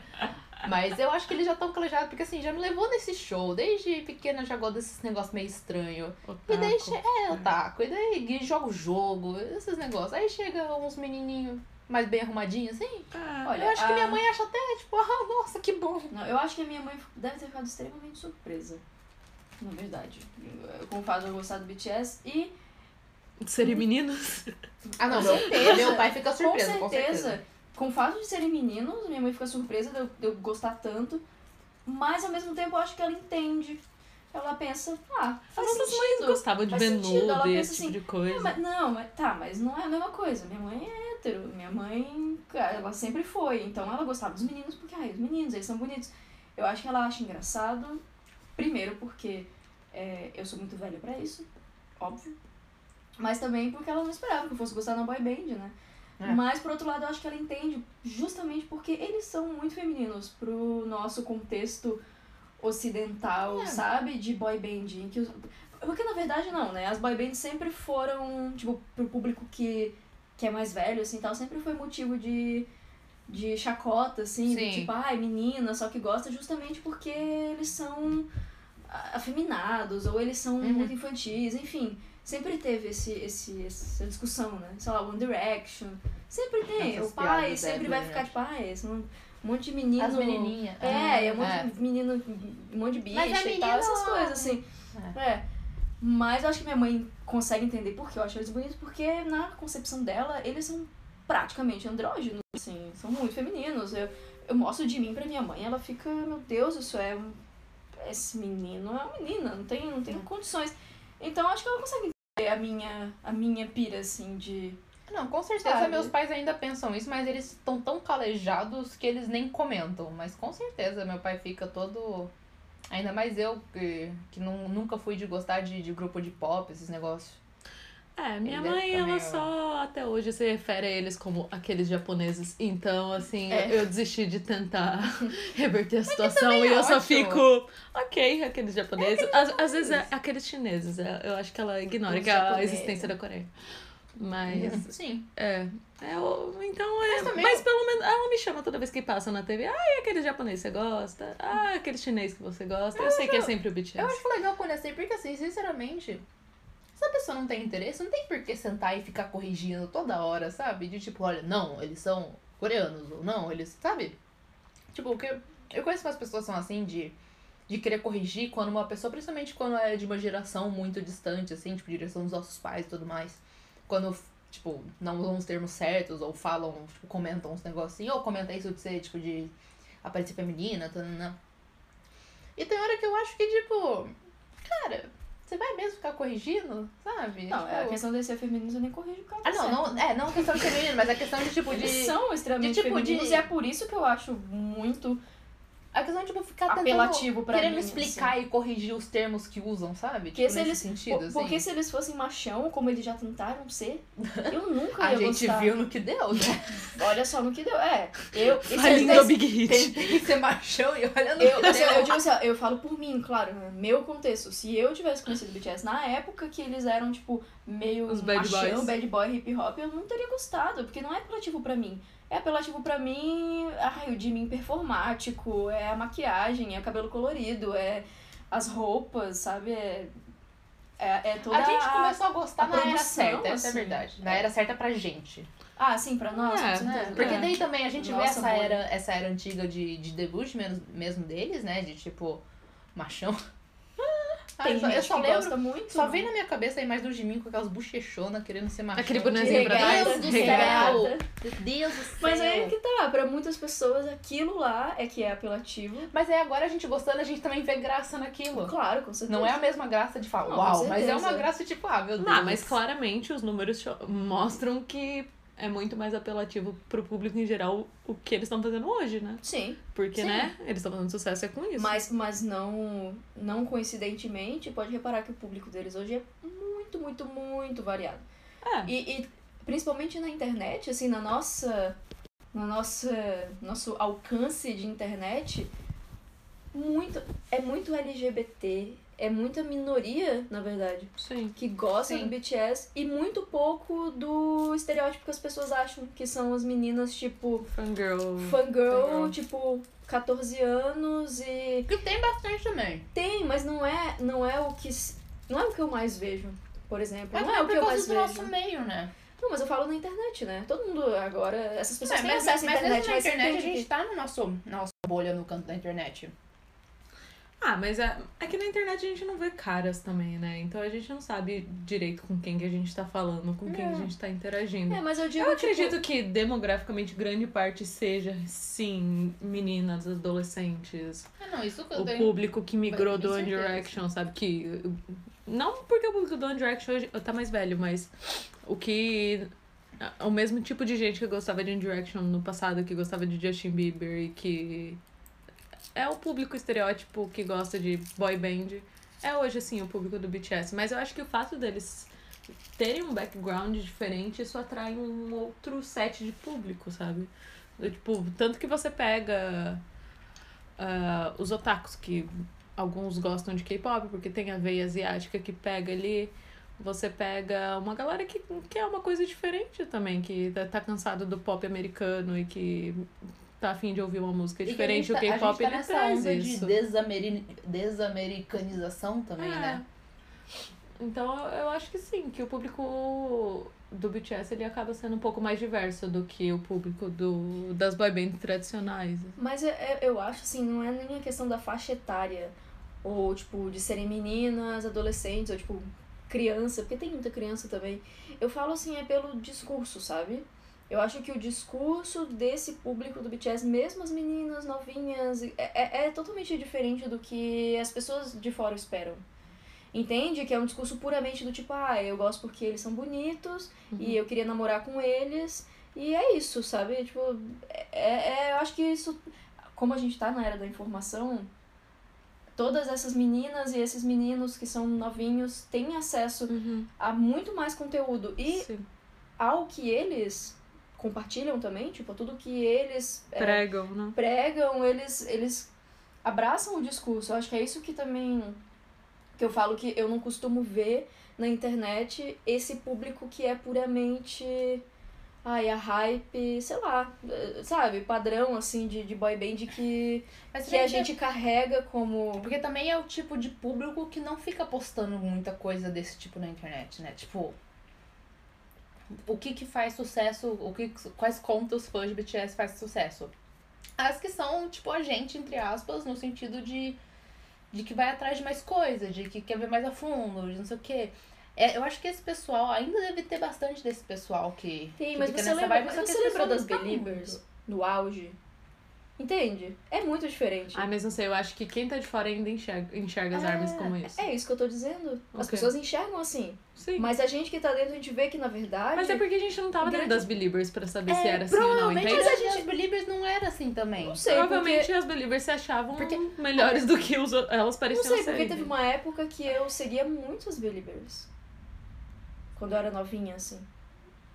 S1: Mas eu acho que eles já estão calejados, porque assim, já me levou nesse show. Desde pequena já gosto desses negócios meio estranho.
S2: Otaku.
S1: E daí che- é otaku, e daí gui- joga o jogo, esses negócios. Aí chega uns menininhos mais bem arrumadinhos, assim.
S2: Ah,
S3: Olha,
S1: eu acho que
S3: a-
S1: minha mãe acha até, tipo, ah, nossa, que bom.
S3: Não, eu acho que a minha mãe deve ter ficado extremamente surpresa. Na verdade. Eu- Com o fato de eu gostar do BTS. E
S2: de serem meninos?
S1: Ah, não,
S3: Com
S1: meu,
S3: certeza.
S1: meu pai fica surpreso,
S3: com certeza, com o fato de serem meninos, minha mãe fica surpresa de eu, de eu gostar tanto. Mas ao mesmo tempo eu acho que ela entende. Ela pensa, ah,
S2: As
S3: faz
S2: nossas mães
S3: sentido.
S2: gostavam de
S3: Faz
S2: ver
S3: sentido, ela
S2: nude,
S3: pensa
S2: esse tipo
S3: assim,
S2: de coisa.
S3: É, mas- não, mas tá, mas não é a mesma coisa. Minha mãe é hétero. Minha mãe, cara, ela sempre foi. Então ela gostava dos meninos porque, ai, os meninos, eles são bonitos. Eu acho que ela acha engraçado. Primeiro porque é, eu sou muito velha pra isso, óbvio. Mas também porque ela não esperava que eu fosse gostar da boy band, né?
S1: É.
S3: Mas, por outro lado, eu acho que ela entende justamente porque eles são muito femininos pro nosso contexto ocidental,
S1: É.
S3: sabe? De boy band. Em que os- Porque, na verdade, não, né? As boy bands sempre foram, tipo, pro público que, que é mais velho, assim, tal, sempre foi motivo de, de chacota, assim, de
S1: Sim.
S3: tipo, ai, menina, só que gosta, justamente porque eles são a- afeminados, ou eles são
S1: Uhum.
S3: muito infantis, enfim. Sempre teve esse, esse, essa discussão, né? Sei lá, One Direction. Sempre tem.
S1: Essas
S3: o pai
S1: piadas, é,
S3: sempre
S1: do
S3: vai
S1: One
S3: ficar tipo, ah, esse um monte de menino.
S1: As menininhas.
S3: É, é um monte de menino, um monte de bicha
S1: Ah, Mas é
S3: e tal,
S1: menino-
S3: essas coisas, assim. É. Mas eu acho que minha mãe consegue entender por que eu acho eles bonitos, porque na concepção dela, eles são praticamente andrógenos, assim, são muito femininos. Eu, eu mostro de mim pra minha mãe, ela fica, meu Deus, isso é um. Esse menino é uma menina, não tem, não tem
S1: É.
S3: condições. Então eu acho que ela consegue entender a minha, a minha pira, assim, de.
S1: Não, com certeza
S3: Sabe?
S1: meus pais ainda pensam isso, mas eles estão tão calejados que eles nem comentam. Mas com certeza meu pai fica todo. Ainda mais eu, que, que não, nunca fui de gostar de, de grupo de pop, esses negócios.
S2: É, minha
S1: Ele é
S2: mãe, ela
S1: meio-
S2: só até hoje se refere a eles como aqueles japoneses. Então, assim,
S3: É.
S2: eu desisti de tentar reverter a situação e
S1: também é
S2: eu só
S1: ótimo.
S2: fico, ok, aqueles japoneses. às, às vezes é aqueles chineses, é, eu acho que ela ignora
S3: Os
S2: que é a
S3: japoneses.
S2: existência da Coreia. Mas,
S1: Sim.
S2: é. é o- então, é. Mas,
S1: Uhum. também eu-
S2: pelo menos ela me chama toda vez que passa na TV. Ah, e aquele japonês que você gosta? Ah, aquele chinês que você gosta? Eu, sei que é sempre o BTS.
S1: Eu acho legal conhecer, porque assim, sinceramente, se a pessoa não tem interesse, não tem por que sentar e ficar corrigindo toda hora, sabe? De tipo, olha, não, eles são coreanos, ou não, eles, sabe? Tipo, porque eu conheço umas pessoas que são assim de, de querer corrigir quando uma pessoa, principalmente quando é de uma geração muito distante, assim, tipo, direção dos nossos pais e tudo mais. Quando, tipo, não usam os termos certos, ou falam, tipo, comentam uns negócios assim, ou comenta isso de ser, tipo, de aparecer feminina, tananã. E tem hora que eu acho que, tipo, cara, você vai mesmo ficar corrigindo, sabe?
S3: Não,
S1: Tipo,
S3: é a questão de ser feminino, eu nem corrijo o cara.
S1: Ah, não, não, é, não questão de feminino, mas é questão de, tipo,
S3: Eles
S1: de...
S3: são extremamente
S1: de tipo
S3: femininos
S1: de-
S3: e é por isso que eu acho muito
S1: A questão de, tipo, ficar tentando...
S3: apelativo pra
S1: querendo
S3: mim. assim.
S1: explicar e corrigir os termos que usam, sabe?
S3: Porque
S1: tipo,
S3: se
S1: nesse
S3: eles- assim.
S1: sentido,
S3: Po-
S1: assim.
S3: Porque se eles fossem machão, como eles já tentaram ser, eu nunca
S1: a
S3: ia
S1: gente
S3: gostar.
S1: viu no que deu, né?
S3: Olha só no que deu. É, eu... isso é-
S2: Falindo a Big Hit.
S1: Tentei ser machão e olha no
S3: Eu,
S1: que
S3: assim,
S1: deu.
S3: eu digo assim, ó, eu falo por mim, claro, né? meu contexto. Se eu tivesse conhecido o BTS na época que eles eram, tipo, meio
S2: Os bad
S3: machão,
S2: boys.
S3: bad boy, hip hop, eu não teria gostado, porque não é apelativo pra mim. É apelativo pra mim, ai, o Jimin performático, é a maquiagem, é o cabelo colorido, é as roupas, sabe? É, é, é toda
S1: a gente começou a
S3: a
S1: gostar na era
S3: produção,
S1: certa, essa é a
S3: assim,
S1: verdade.
S3: é.
S1: Na era certa pra gente.
S3: Ah, sim, pra nós,
S2: É,
S3: com certeza.
S2: né?
S1: Porque
S2: É.
S1: daí também a gente vê
S3: Nossa,
S1: essa
S3: bolha.
S1: era, essa era antiga de, de debut mesmo, mesmo deles, né? De tipo, machão. Ah,
S3: Tem
S1: eu só,
S3: gente
S1: eu só
S3: que
S1: lembro.
S3: gosta muito.
S1: Só veio na minha cabeça a imagem do Jimin com aquelas bochechonas querendo ser machão.
S2: Aquele
S3: De
S2: bonezinho pra
S3: regata,
S1: Meu
S2: trás.
S1: Deus do
S3: de
S1: céu.
S3: regata.
S1: Meu Deus do céu.
S3: Mas aí é que tá, pra muitas pessoas aquilo lá é que é apelativo.
S1: Mas aí agora a gente gostando, a gente também vê graça naquilo.
S3: Claro, com certeza.
S1: Não é a mesma graça de falar,
S3: Não, com
S1: uau, mas é
S3: certeza.
S1: uma graça tipo, ah, meu Deus.
S2: Não, mas claramente os números cho- mostram que é muito mais apelativo pro público em geral o que eles estão fazendo hoje, né?
S3: Sim,
S2: Porque,
S3: Sim.
S2: né, eles estão fazendo sucesso é com isso.
S3: mas, mas não, não coincidentemente, pode reparar que o público deles hoje é muito, muito, muito variado.
S2: É.
S3: E, e principalmente na internet, assim, na nossa, na nossa, nosso alcance de internet, muito, é muito LGBT, é muita minoria, na verdade.
S2: Sim.
S3: que gosta
S1: Sim.
S3: do BTS e muito pouco do estereótipo que as pessoas acham que são as meninas tipo
S2: Fangirl.
S1: Hum,
S3: fangirl,
S1: Fangirl.
S3: tipo 14 anos e
S1: Que tem bastante também.
S3: tem, mas não é, não é o que s- não é o que eu mais vejo, por exemplo,
S1: Mas
S3: não é o
S1: por
S3: que eu
S1: causa
S3: mais
S1: do
S3: vejo.
S1: nosso meio, né?
S3: Não, mas eu falo na internet, né? Todo mundo agora, essas pessoas
S1: É,
S3: têm acesso à internet,
S1: mesmo na
S3: mas você
S1: internet a
S3: entende
S1: gente tá no nosso, nossa bolha no canto da internet.
S2: Ah, mas é, é que na internet a gente não vê caras também, né? Então a gente não sabe direito com quem que a gente tá falando, com quem que a gente tá
S3: que-
S2: interagindo.
S3: É, mas eu digo
S2: Eu
S3: tipo,
S2: acredito que demograficamente grande parte seja, sim, meninas, adolescentes,
S1: Ah, não, isso que eu
S2: o
S1: tenho.
S2: público que migrou
S1: Com
S2: do One
S1: certeza.
S2: Direction, sabe? Que. Não porque o público do One Direction hoje tá mais velho, mas o que. O mesmo tipo de gente que gostava de One Direction no passado, que gostava de Justin Bieber e que. É o público estereótipo que gosta de boy band. É hoje, assim, o público do BTS. Mas eu acho que o fato deles terem um background diferente, isso atrai um outro set de público, sabe? Do Tipo, tanto que você pega ah, os otakus, que alguns gostam de K-pop, porque tem a veia asiática que pega ali. Você pega uma galera que quer uma coisa diferente também, que tá, tá cansado do pop americano e que tá afim de ouvir uma música
S1: E que a
S2: diferente.
S1: gente tá-
S2: o K-pop
S1: a gente tá
S2: ele
S1: nessa
S2: traz
S1: onda
S2: isso.
S1: de desameri- desamericanização também,
S2: É.
S1: né?
S2: Então eu acho que sim, que o público do BTS ele acaba sendo um pouco mais diverso do que o público do, das boy bands tradicionais.
S3: Mas eu, eu- eu acho assim, não é nem a questão da faixa etária. Ou, tipo, de serem meninas, adolescentes, ou, tipo, criança, porque tem muita criança também. Eu falo assim, é pelo discurso, sabe? Eu acho que o discurso desse público do BTS, mesmo as meninas novinhas, é, é, é totalmente diferente do que as pessoas de fora esperam. Entende? Que é um discurso puramente do tipo, ah, eu gosto porque eles são bonitos e eu queria namorar com eles. E é isso, sabe? Tipo, é, é, eu acho que isso. Como a gente tá na era da informação, todas essas meninas e esses meninos que são novinhos têm acesso a muito mais conteúdo e
S2: Sim.
S3: ao que eles compartilham também, tipo, tudo que eles é,
S2: Pregam, né?
S3: pregam, eles, eles abraçam o discurso. Eu acho que é isso que também que eu falo que eu não costumo ver na internet esse público que é puramente ai, a hype, sei lá, eh, sabe, padrão assim de, de boy band que,
S1: Mas
S3: que a
S1: também
S3: gente carrega
S1: é-
S3: como
S1: Porque também é o tipo de público que não fica postando muita coisa desse tipo na internet, né? Tipo. O que que faz sucesso? O que, quais contas os fãs de BTS faz sucesso? As que são, tipo, a gente, entre aspas, no sentido de. De que vai atrás de mais coisa, de que quer ver mais a fundo, de não sei o quê. É, eu acho que esse pessoal ainda deve ter bastante desse pessoal que.
S3: Tem,
S1: que
S3: mas
S1: fica
S3: você
S1: nessa
S3: lembra,
S1: vibe,
S3: mas
S1: só que
S3: você
S1: esse
S3: lembra
S1: pessoal
S3: das
S1: não tá
S3: Believers no auge? Entende? É muito diferente.
S2: Ah, mas não sei, eu acho que quem tá de fora ainda enxerga, enxerga as
S3: É,
S2: armas como isso.
S3: É isso que eu tô dizendo. As
S2: Ok.
S3: pessoas enxergam assim.
S2: Sim.
S3: Mas a gente que tá dentro, a gente vê que na verdade.
S2: Mas é porque a gente não tava dentro
S3: grande- É,
S2: das Believers pra saber se era assim ou não,
S1: Provavelmente
S2: entende?
S1: mas a gente... as Believers não era assim também.
S3: Não sei,
S2: Provavelmente
S3: porque.
S2: as Believers se achavam
S3: Porque- Ah,
S2: melhores do que os, o- elas
S3: Não
S2: pareciam
S3: sei,
S2: ser.
S3: porque teve uma época que eu seguia muitas Believers. Quando eu era novinha, assim.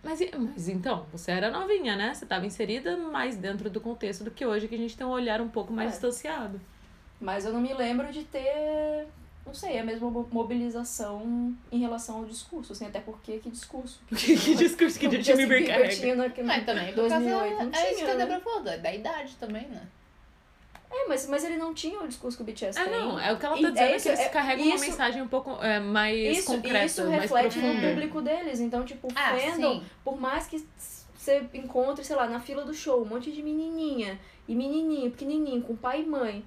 S2: mas, e- mas então, você era novinha, né? Você tava inserida mais dentro do contexto do que hoje, que a gente tem um olhar um pouco mais
S3: É.
S2: distanciado.
S3: Mas eu não me lembro de ter. Não sei, a mesma mo- mobilização em relação ao discurso, assim, até porque que discurso?
S2: que que discurso que
S3: Porque,
S2: de time
S3: assim,
S2: carrega.
S3: Gilbertino, que-
S1: Mas também, por causa
S3: 2008 não
S1: é isso que a
S3: tinha, né?
S1: Débora falou, é da idade também, né?
S3: É, mas, mas ele não tinha o discurso que o BTS
S2: É,
S3: tem.
S2: não, é o que ela
S3: E-
S2: tá
S3: é
S2: dizendo, é
S3: isso,
S2: que eles
S3: é-
S2: carregam uma
S3: isso-
S2: mensagem um pouco é, mais
S3: Isso,
S2: concreta,
S3: isso
S2: mais
S3: reflete no
S2: profunda.
S3: público deles. Então, tipo, o
S1: Ah,
S3: fandom, por mais que s- você encontre, sei lá, na fila do show, um monte de menininha e menininho, pequenininho, com pai e mãe,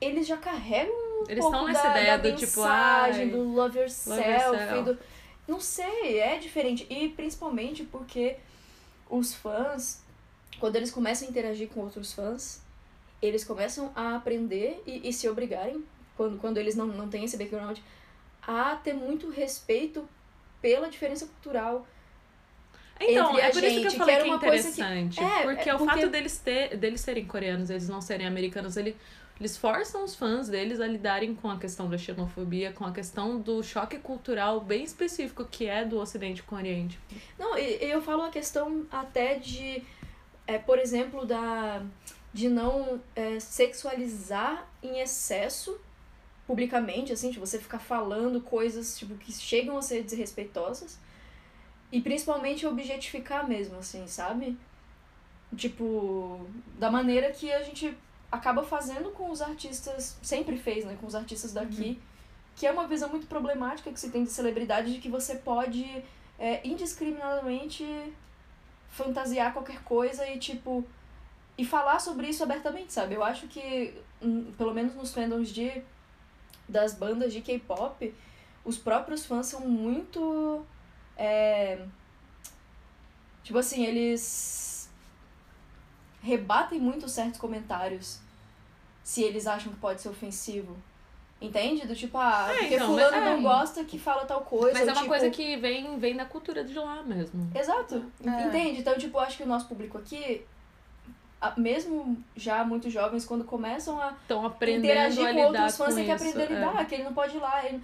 S3: eles já carregam um
S2: Eles
S3: pouco
S2: estão nessa
S3: da,
S2: ideia
S3: da
S2: do tipo,
S3: mensagem,
S2: ai,
S3: do love yourself,
S2: yourself.
S3: e do... Não sei, é diferente. E principalmente porque os fãs, quando eles começam a interagir com outros fãs, eles começam a aprender e, e se obrigarem, quando, quando eles não, não têm esse background, a ter muito respeito pela diferença cultural.
S2: Então,
S3: entre
S2: é
S3: a
S2: por isso que
S3: gente,
S2: eu
S3: que
S2: falei
S3: era
S2: que é
S3: uma coisa que-
S2: interessante.
S3: É,
S2: porque
S3: é
S2: o
S3: porque-
S2: fato deles, ter, deles serem coreanos, eles não serem americanos, ele, eles forçam os fãs deles a lidarem com a questão da xenofobia, com a questão do choque cultural bem específico que é do Ocidente com o Oriente.
S3: Não, e, e eu falo a questão até de, é, por exemplo, da de não é, sexualizar em excesso publicamente, assim, de você ficar falando coisas tipo, que chegam a ser desrespeitosas. E principalmente objetificar mesmo, assim, sabe? Tipo, da maneira que a gente acaba fazendo com os artistas, sempre fez, né? Com os artistas daqui. Que é uma visão muito problemática que se tem de celebridade, de que você pode é, indiscriminadamente fantasiar qualquer coisa e, tipo, e falar sobre isso abertamente, sabe? Eu acho que, hum, pelo menos nos fandoms de, das bandas de K-pop, os próprios fãs são muito. é, tipo assim, eles rebatem muito certos comentários se eles acham que pode ser ofensivo. Entende? Do tipo, ah,
S2: É,
S3: porque
S2: então, mas-
S3: fulano não
S2: é.
S3: gosta que fala tal coisa.
S2: Mas é
S3: ou,
S2: uma
S3: tipo,
S2: coisa que vem, vem da cultura de lá mesmo.
S3: Exato.
S1: É.
S3: Entende? Então, tipo, eu acho que o nosso público aqui, a- mesmo já muito jovens, quando começam a
S2: Então, aprendendo
S3: interagir
S2: a
S3: com
S2: lidar
S3: outros fãs,
S2: com
S3: tem que
S2: isso,
S3: aprender a
S2: é.
S3: lidar, que ele não pode ir lá. Ele...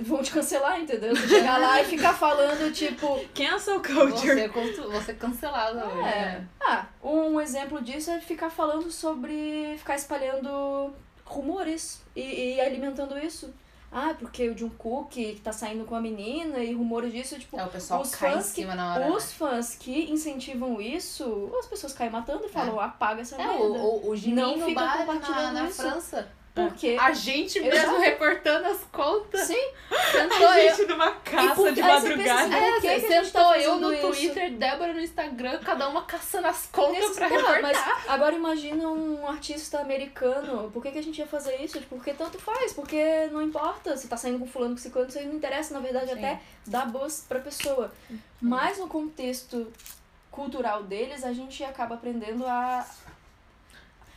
S3: Vão te cancelar, entendeu? Você chegar lá e ficar falando, tipo,
S2: Cancel é culture.
S1: Você, cancelado você cancelada hoje,
S3: É.
S1: né?
S3: Ah, um exemplo disso é ficar falando sobre. ficar espalhando rumores e, e alimentando isso. Ah, porque o Jungkook que tá saindo com a menina e rumores disso, tipo,
S1: É, o pessoal
S3: Os
S1: cai em
S3: fãs que-
S1: cima na hora.
S3: os fãs que incentivam isso, as pessoas caem matando e falam, apaga essa
S1: É,
S3: merda.
S1: o, o, o
S3: Não
S1: Gininho
S3: fica
S1: Bar na,
S3: compartilhando
S1: na
S3: isso.
S1: França.
S3: Porque
S1: A gente
S3: Exato.
S1: mesmo reportando as contas.
S3: Sim.
S1: Sentou eu.
S2: numa
S3: E por- aí você pensa assim,
S1: É,
S3: Por que que a gente
S1: sentou
S3: tá
S1: eu no
S3: fazendo isso?
S1: Twitter, Débora no Instagram, cada uma caçando as contas
S3: Nesse-
S1: pra
S3: Tá,
S1: reportar.
S3: mas agora imagina um artista americano. Por que, que a gente ia fazer isso? Tipo, Porque tanto faz, porque não importa se tá saindo com fulano, com ciclano, isso aí não interessa, na verdade,
S1: Sim. Uhum.
S3: até dá boas pra pessoa. Mas no contexto cultural deles, a gente acaba aprendendo a,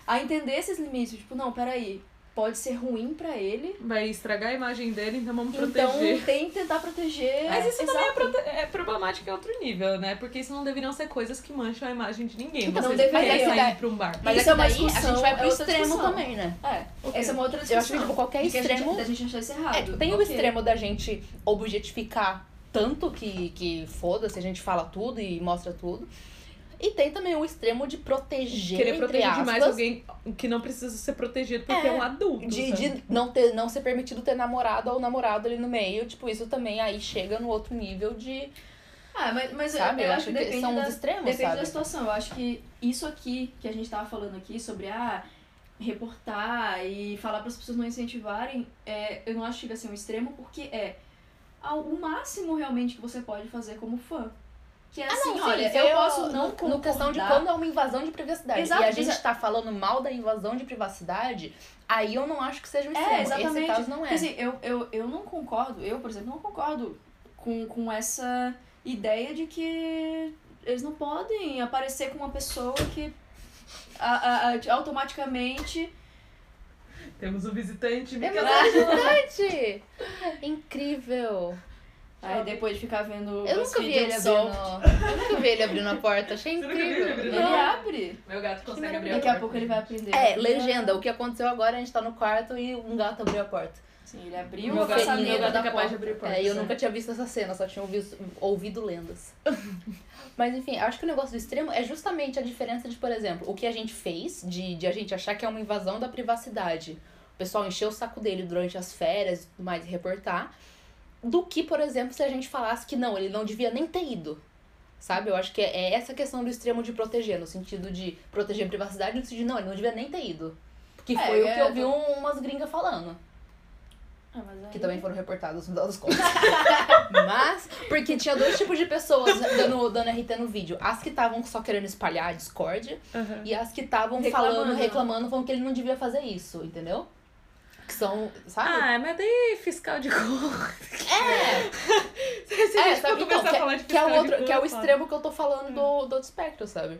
S3: a entender esses limites. Tipo, não, peraí. pode ser ruim pra ele.
S2: Vai estragar a imagem dele, então vamos proteger.
S3: Então tem que tentar proteger.
S2: Mas isso também é,
S3: Exato.
S2: prote- é problemático em outro nível, né? Porque isso não deveriam ser coisas que mancham a imagem de ninguém.
S3: Então,
S2: Você
S3: não deveria.
S2: quer
S1: Mas
S2: sair
S1: daí-
S2: pra um bar.
S1: Mas
S3: Isso
S1: é que
S3: é uma
S1: daí a
S3: discussão,
S1: gente vai pro
S3: é outra
S1: extremo
S3: discussão.
S1: também, né?
S3: É,
S2: Ok.
S3: essa é uma outra
S1: Eu
S3: discussão.
S1: acho que, tipo, qualquer
S3: De que a gente-
S1: extremo.
S3: da gente achar isso errado.
S1: É, tipo, tem o
S3: Ok.
S1: extremo da gente objetificar tanto que, que foda-se, a gente fala tudo e mostra tudo. E tem também o extremo de proteger,
S2: Querer
S1: entre
S2: proteger
S1: aspas,
S2: demais alguém que não precisa ser protegido porque é,
S1: É,
S2: um adulto.
S1: de,
S2: sabe?
S1: de não, ter, não ser permitido ter namorado ou namorado ali no meio. Tipo, isso também aí chega no outro nível de.
S3: Ah, mas, mas eu-
S1: Sabe?
S3: eu,
S1: Eu
S3: acho que depende
S1: são
S3: da,
S1: os extremos,
S3: Depende
S1: sabe?
S3: da situação. Eu acho que isso aqui que a gente tava falando aqui sobre ah, reportar e falar para as pessoas não incentivarem, é, eu não acho que chega a ser um extremo, porque é ao- o máximo realmente que você pode fazer como fã. Que é assim,
S1: Sim,
S3: olha,
S1: Ah, sim,
S3: eu, posso não
S1: no, no questão de
S3: concordar.
S1: quando é uma invasão de privacidade.
S3: Exato,
S1: e a gente
S3: exa-
S1: tá falando mal da invasão de privacidade, aí eu não acho que seja um
S3: É,
S1: extremo. Esse
S3: exatamente.
S1: caso não é.
S3: Porque, assim, eu, eu, eu não concordo, eu, por exemplo, não concordo com, com essa ideia de que eles não podem aparecer com uma pessoa que a- a- a- automaticamente
S2: Temos um visitante,
S1: É
S2: Michelangelo.
S1: verdade! Incrível!
S3: Aí depois de ficar vendo
S1: Eu
S3: os
S1: nunca vi
S3: vídeos
S1: ele
S3: do sol.
S1: abrindo. Eu nunca vi ele abrindo a porta, achei
S2: Você nunca viu ele
S1: incrível.
S2: abrindo?
S3: Ele
S1: Não.
S3: abre.
S2: Meu gato consegue abrir
S3: Daqui
S2: a
S3: a
S2: porta.
S3: pouco ele vai aprender.
S1: É, legenda. O que aconteceu agora, a gente tá no quarto e um gato abriu a porta.
S3: Sim, ele abriu
S1: Meu
S3: o
S1: gato-
S3: passadeiro
S1: meu gato é
S3: da
S2: capaz de
S3: porta.
S2: abrir porta.
S1: É, e eu
S2: Sim.
S1: nunca tinha visto essa cena, só tinha ouvido, ouvido lendas. Mas enfim, acho que o negócio do extremo é justamente a diferença de, por exemplo, o que a gente fez, de, de a gente achar que é uma invasão da privacidade. O pessoal encheu o saco dele durante as férias e tudo mais, e reportar. Do que, por exemplo, se a gente falasse que não, ele não devia nem ter ido. Sabe? Eu acho que é, é essa questão do extremo de proteger, no sentido de proteger a privacidade, no sentido de não, ele não devia nem ter ido. Que
S3: É,
S1: foi o
S3: é,
S1: que eu vi um- umas gringas falando.
S3: Ah, mas aí-
S1: Que também foram reportados no final das contas. Mas, porque tinha dois tipos de pessoas dando, dando RT no vídeo. As que estavam só querendo espalhar a discórdia
S2: Aham.
S1: e as que estavam
S3: Reclamando.
S1: falando, reclamando, falando que ele não devia fazer isso, entendeu? Que são, sabe?
S2: Ah, mas daí fiscal de cor.
S1: é!
S2: Se
S1: É,
S2: a gente for
S1: sabe? Então,
S2: começar a
S1: que,
S2: falar de
S1: que é
S2: fiscal
S1: o outro,
S2: de cor,
S1: que é o
S2: eu falo.
S1: extremo que eu tô falando do, do outro espectro, sabe?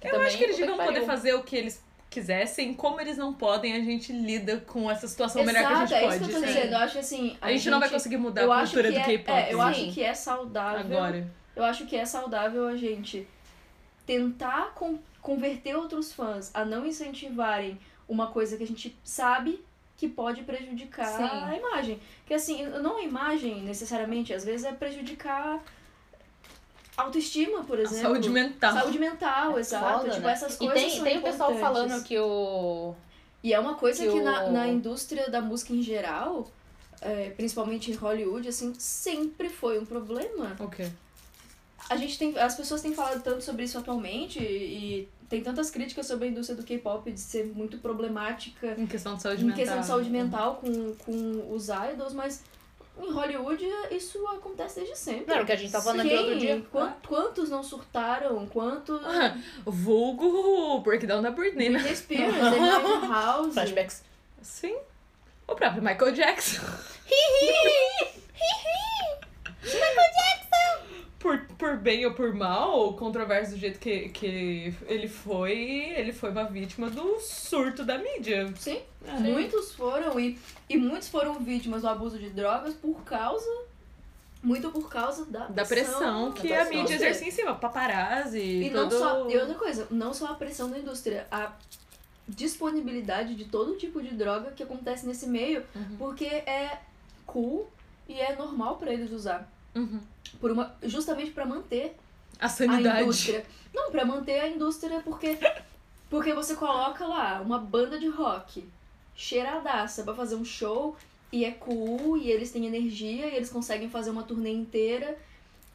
S1: Que
S2: Eu
S1: também,
S2: acho que eles
S1: puta
S2: deviam
S1: pariu.
S2: poder fazer o que eles quisessem. Como eles não podem, a gente lida com essa situação
S3: Exato,
S2: melhor que a gente
S3: é
S2: pode. né?
S3: isso que eu tô
S2: sim.
S3: dizendo. Eu acho que assim.
S2: A, gente, não vai conseguir mudar
S3: eu
S2: a
S3: acho
S2: cultura
S3: que
S2: do
S3: é-
S2: K-pop.
S3: É, eu
S2: né?
S1: Sim.
S3: acho que é saudável.
S2: agora.
S3: Eu acho que é saudável a gente tentar con- converter outros fãs a não incentivarem uma coisa que a gente sabe que pode prejudicar
S1: Sim.
S3: a imagem. Que assim, não a imagem necessariamente, às vezes é prejudicar a autoestima, por
S2: A
S3: exemplo.
S2: saúde mental.
S3: Saúde mental, exato.
S1: Foda,
S3: tipo,
S1: né?
S3: essas
S1: E
S3: coisas
S1: tem,
S3: são
S1: tem o pessoal
S3: importantes.
S1: falando que o.
S3: E é uma coisa
S1: que
S3: que, na,
S1: o-
S3: na indústria da música em geral, é, principalmente em Hollywood, assim, sempre foi um problema.
S2: Ok.
S3: A gente tem, as pessoas têm falado tanto sobre isso atualmente e e tem tantas críticas sobre a indústria do K-pop de ser muito problemática
S2: Em questão de saúde
S3: em
S2: mental. né?
S3: questão de saúde mental com, com os idols, mas em Hollywood isso acontece desde sempre.
S1: Não, era o que a gente tava falando aqui
S3: Quem-
S1: outro dia. né?
S3: quan- quantos não surtaram? Quantos.
S2: Vulgo breakdown da Britney, né?
S3: Britney Spears, Amy House.
S1: Flashbacks.
S2: Sim. O próprio Michael Jackson. Por, por bem ou por mal, controverso do jeito que, que ele foi, ele foi uma vítima do surto da mídia.
S3: Sim, muitos foram e, e muitos foram vítimas do abuso de drogas por causa. Muito por causa da,
S2: Da pressão que
S3: da
S2: a
S3: pressão.
S2: mídia exercia em cima. Paparazzi.
S3: E
S2: todo...
S3: não só, e outra coisa, não só a pressão da indústria, a disponibilidade de todo tipo de droga que acontece nesse meio,
S2: Uhum.
S3: porque é cool e é normal pra eles usar,
S2: Uhum.
S3: por uma justamente pra manter
S2: A
S3: a
S2: sanidade.
S3: indústria. Não, pra manter a indústria porque porque você coloca lá uma banda de rock cheiradaça pra fazer um show e é cool e eles têm energia e eles conseguem fazer uma turnê inteira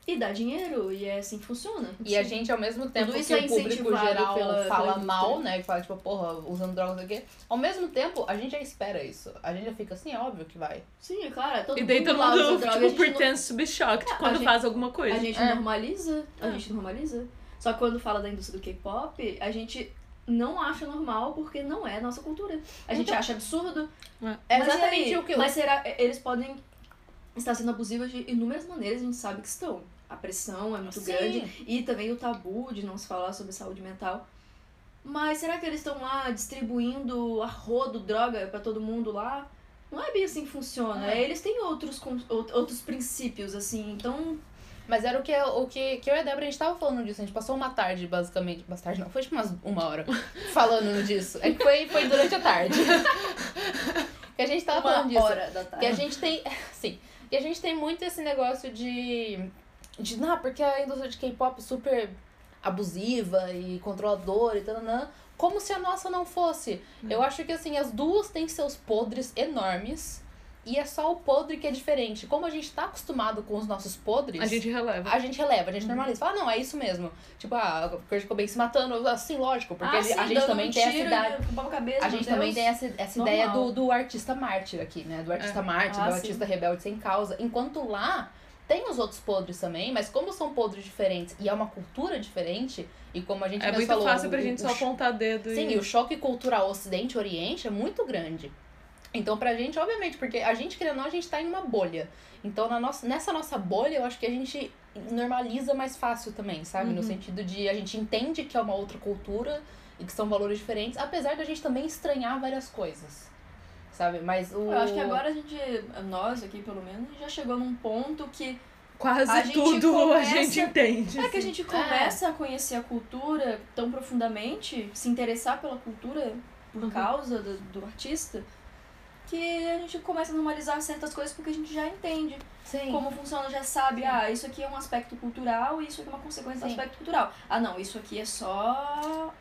S3: e dá dinheiro e é assim que funciona.
S1: E a gente, ao mesmo tempo
S3: isso
S1: que
S3: é
S1: o público
S3: incentivado
S1: geral
S3: pela- pela
S1: fala
S3: indústria.
S1: mal, né? Que fala, tipo, porra, usando drogas aqui. Ao mesmo tempo, a gente já espera isso. A gente já fica assim, é óbvio que vai.
S3: Sim, é claro, é todo
S2: E daí
S3: mundo
S2: todo
S3: lá usa
S2: mundo,
S3: droga, a
S2: tipo,
S3: gente não-
S2: pretende to be shocked
S3: É, a
S2: tipo, quando
S3: gente-
S2: faz alguma coisa.
S3: A gente
S1: É.
S3: normaliza, a
S2: É.
S3: gente normaliza. Só que quando fala da indústria do K-pop, a gente não acha normal porque não é nossa cultura. A gente
S2: Então,
S3: acha absurdo.
S1: É
S3: mas
S1: exatamente
S3: e aí?
S1: o que
S3: Mas será eles podem estar sendo abusivos de inúmeras maneiras, a gente sabe que estão. A pressão é muito
S1: Sim.
S3: grande e também o tabu de não se falar sobre saúde mental. Mas será que eles estão lá distribuindo arrodo, droga pra todo mundo lá? Não é bem assim que funciona.
S1: É.
S3: É, Eles têm outros, con- out- outros princípios, assim. Então,
S1: Mas era o que, o que, que eu e a Débora, a gente tava falando disso. A gente passou uma tarde, basicamente. Uma tarde não, foi tipo umas uma hora falando disso. É que foi, foi durante a tarde. que a gente tava
S3: uma
S1: Tá falando disso.
S3: hora da
S1: Que
S3: tarde.
S1: a gente tem. Sim. Que a gente tem muito esse negócio de. De, não, porque a indústria de K-pop é super abusiva e controladora e tal, como se a nossa não fosse.
S3: Hum.
S1: Eu acho que assim, as duas têm seus podres enormes. E é só o podre que é diferente. Como a gente tá acostumado com os nossos podres.
S2: A gente releva.
S1: A gente releva, a
S3: Hum.
S1: gente normaliza. Fala, não, é isso mesmo. Tipo, ah, o Kurt Cobain se matando. Assim, lógico, porque
S3: Ah,
S1: ele- a
S3: sim,
S1: gente
S3: dando
S1: também
S3: um
S1: tem essa
S3: tiro e
S1: idade.
S3: raspar a cabeça,
S1: A
S3: meu
S1: gente também
S3: Deus.
S1: tem essa, essa
S3: normal.
S1: ideia do, do artista mártir aqui, né? Do
S2: É.
S1: artista mártir,
S3: Ah,
S1: do
S3: sim.
S1: artista rebelde sem causa. Enquanto lá tem os outros podres também, mas como são podres diferentes e é uma cultura diferente, e como a gente
S2: É
S1: mesmo
S2: muito
S1: falou,
S2: fácil
S1: o-
S2: pra
S1: o-
S2: gente
S1: o
S2: só apontar dedo
S1: Sim,
S2: e...
S1: e o choque cultural ocidente-oriente é muito grande. Então, pra gente, obviamente, porque a gente, querendo ou não, a gente tá em uma bolha. Então, na nossa, nessa nossa bolha, eu acho que a gente normaliza mais fácil também, sabe?
S3: Uhum.
S1: No sentido de a gente entende que é uma outra cultura e que são valores diferentes, apesar da gente também estranhar várias coisas, sabe? Mas o...
S3: Eu acho que agora a gente, nós aqui pelo menos, já chegou num ponto que
S2: Quase
S3: A gente
S2: tudo
S3: começa-
S2: a gente entende.
S3: É que a gente começa a conhecer a cultura tão profundamente, se interessar pela cultura por
S2: Uhum.
S3: causa do, do artista, que a gente começa a normalizar certas coisas porque a gente já entende
S1: Sim.
S3: como funciona, já sabe, ah, isso aqui é um aspecto cultural e isso aqui é uma consequência
S1: Sim.
S3: do aspecto cultural. Ah, não, isso aqui é só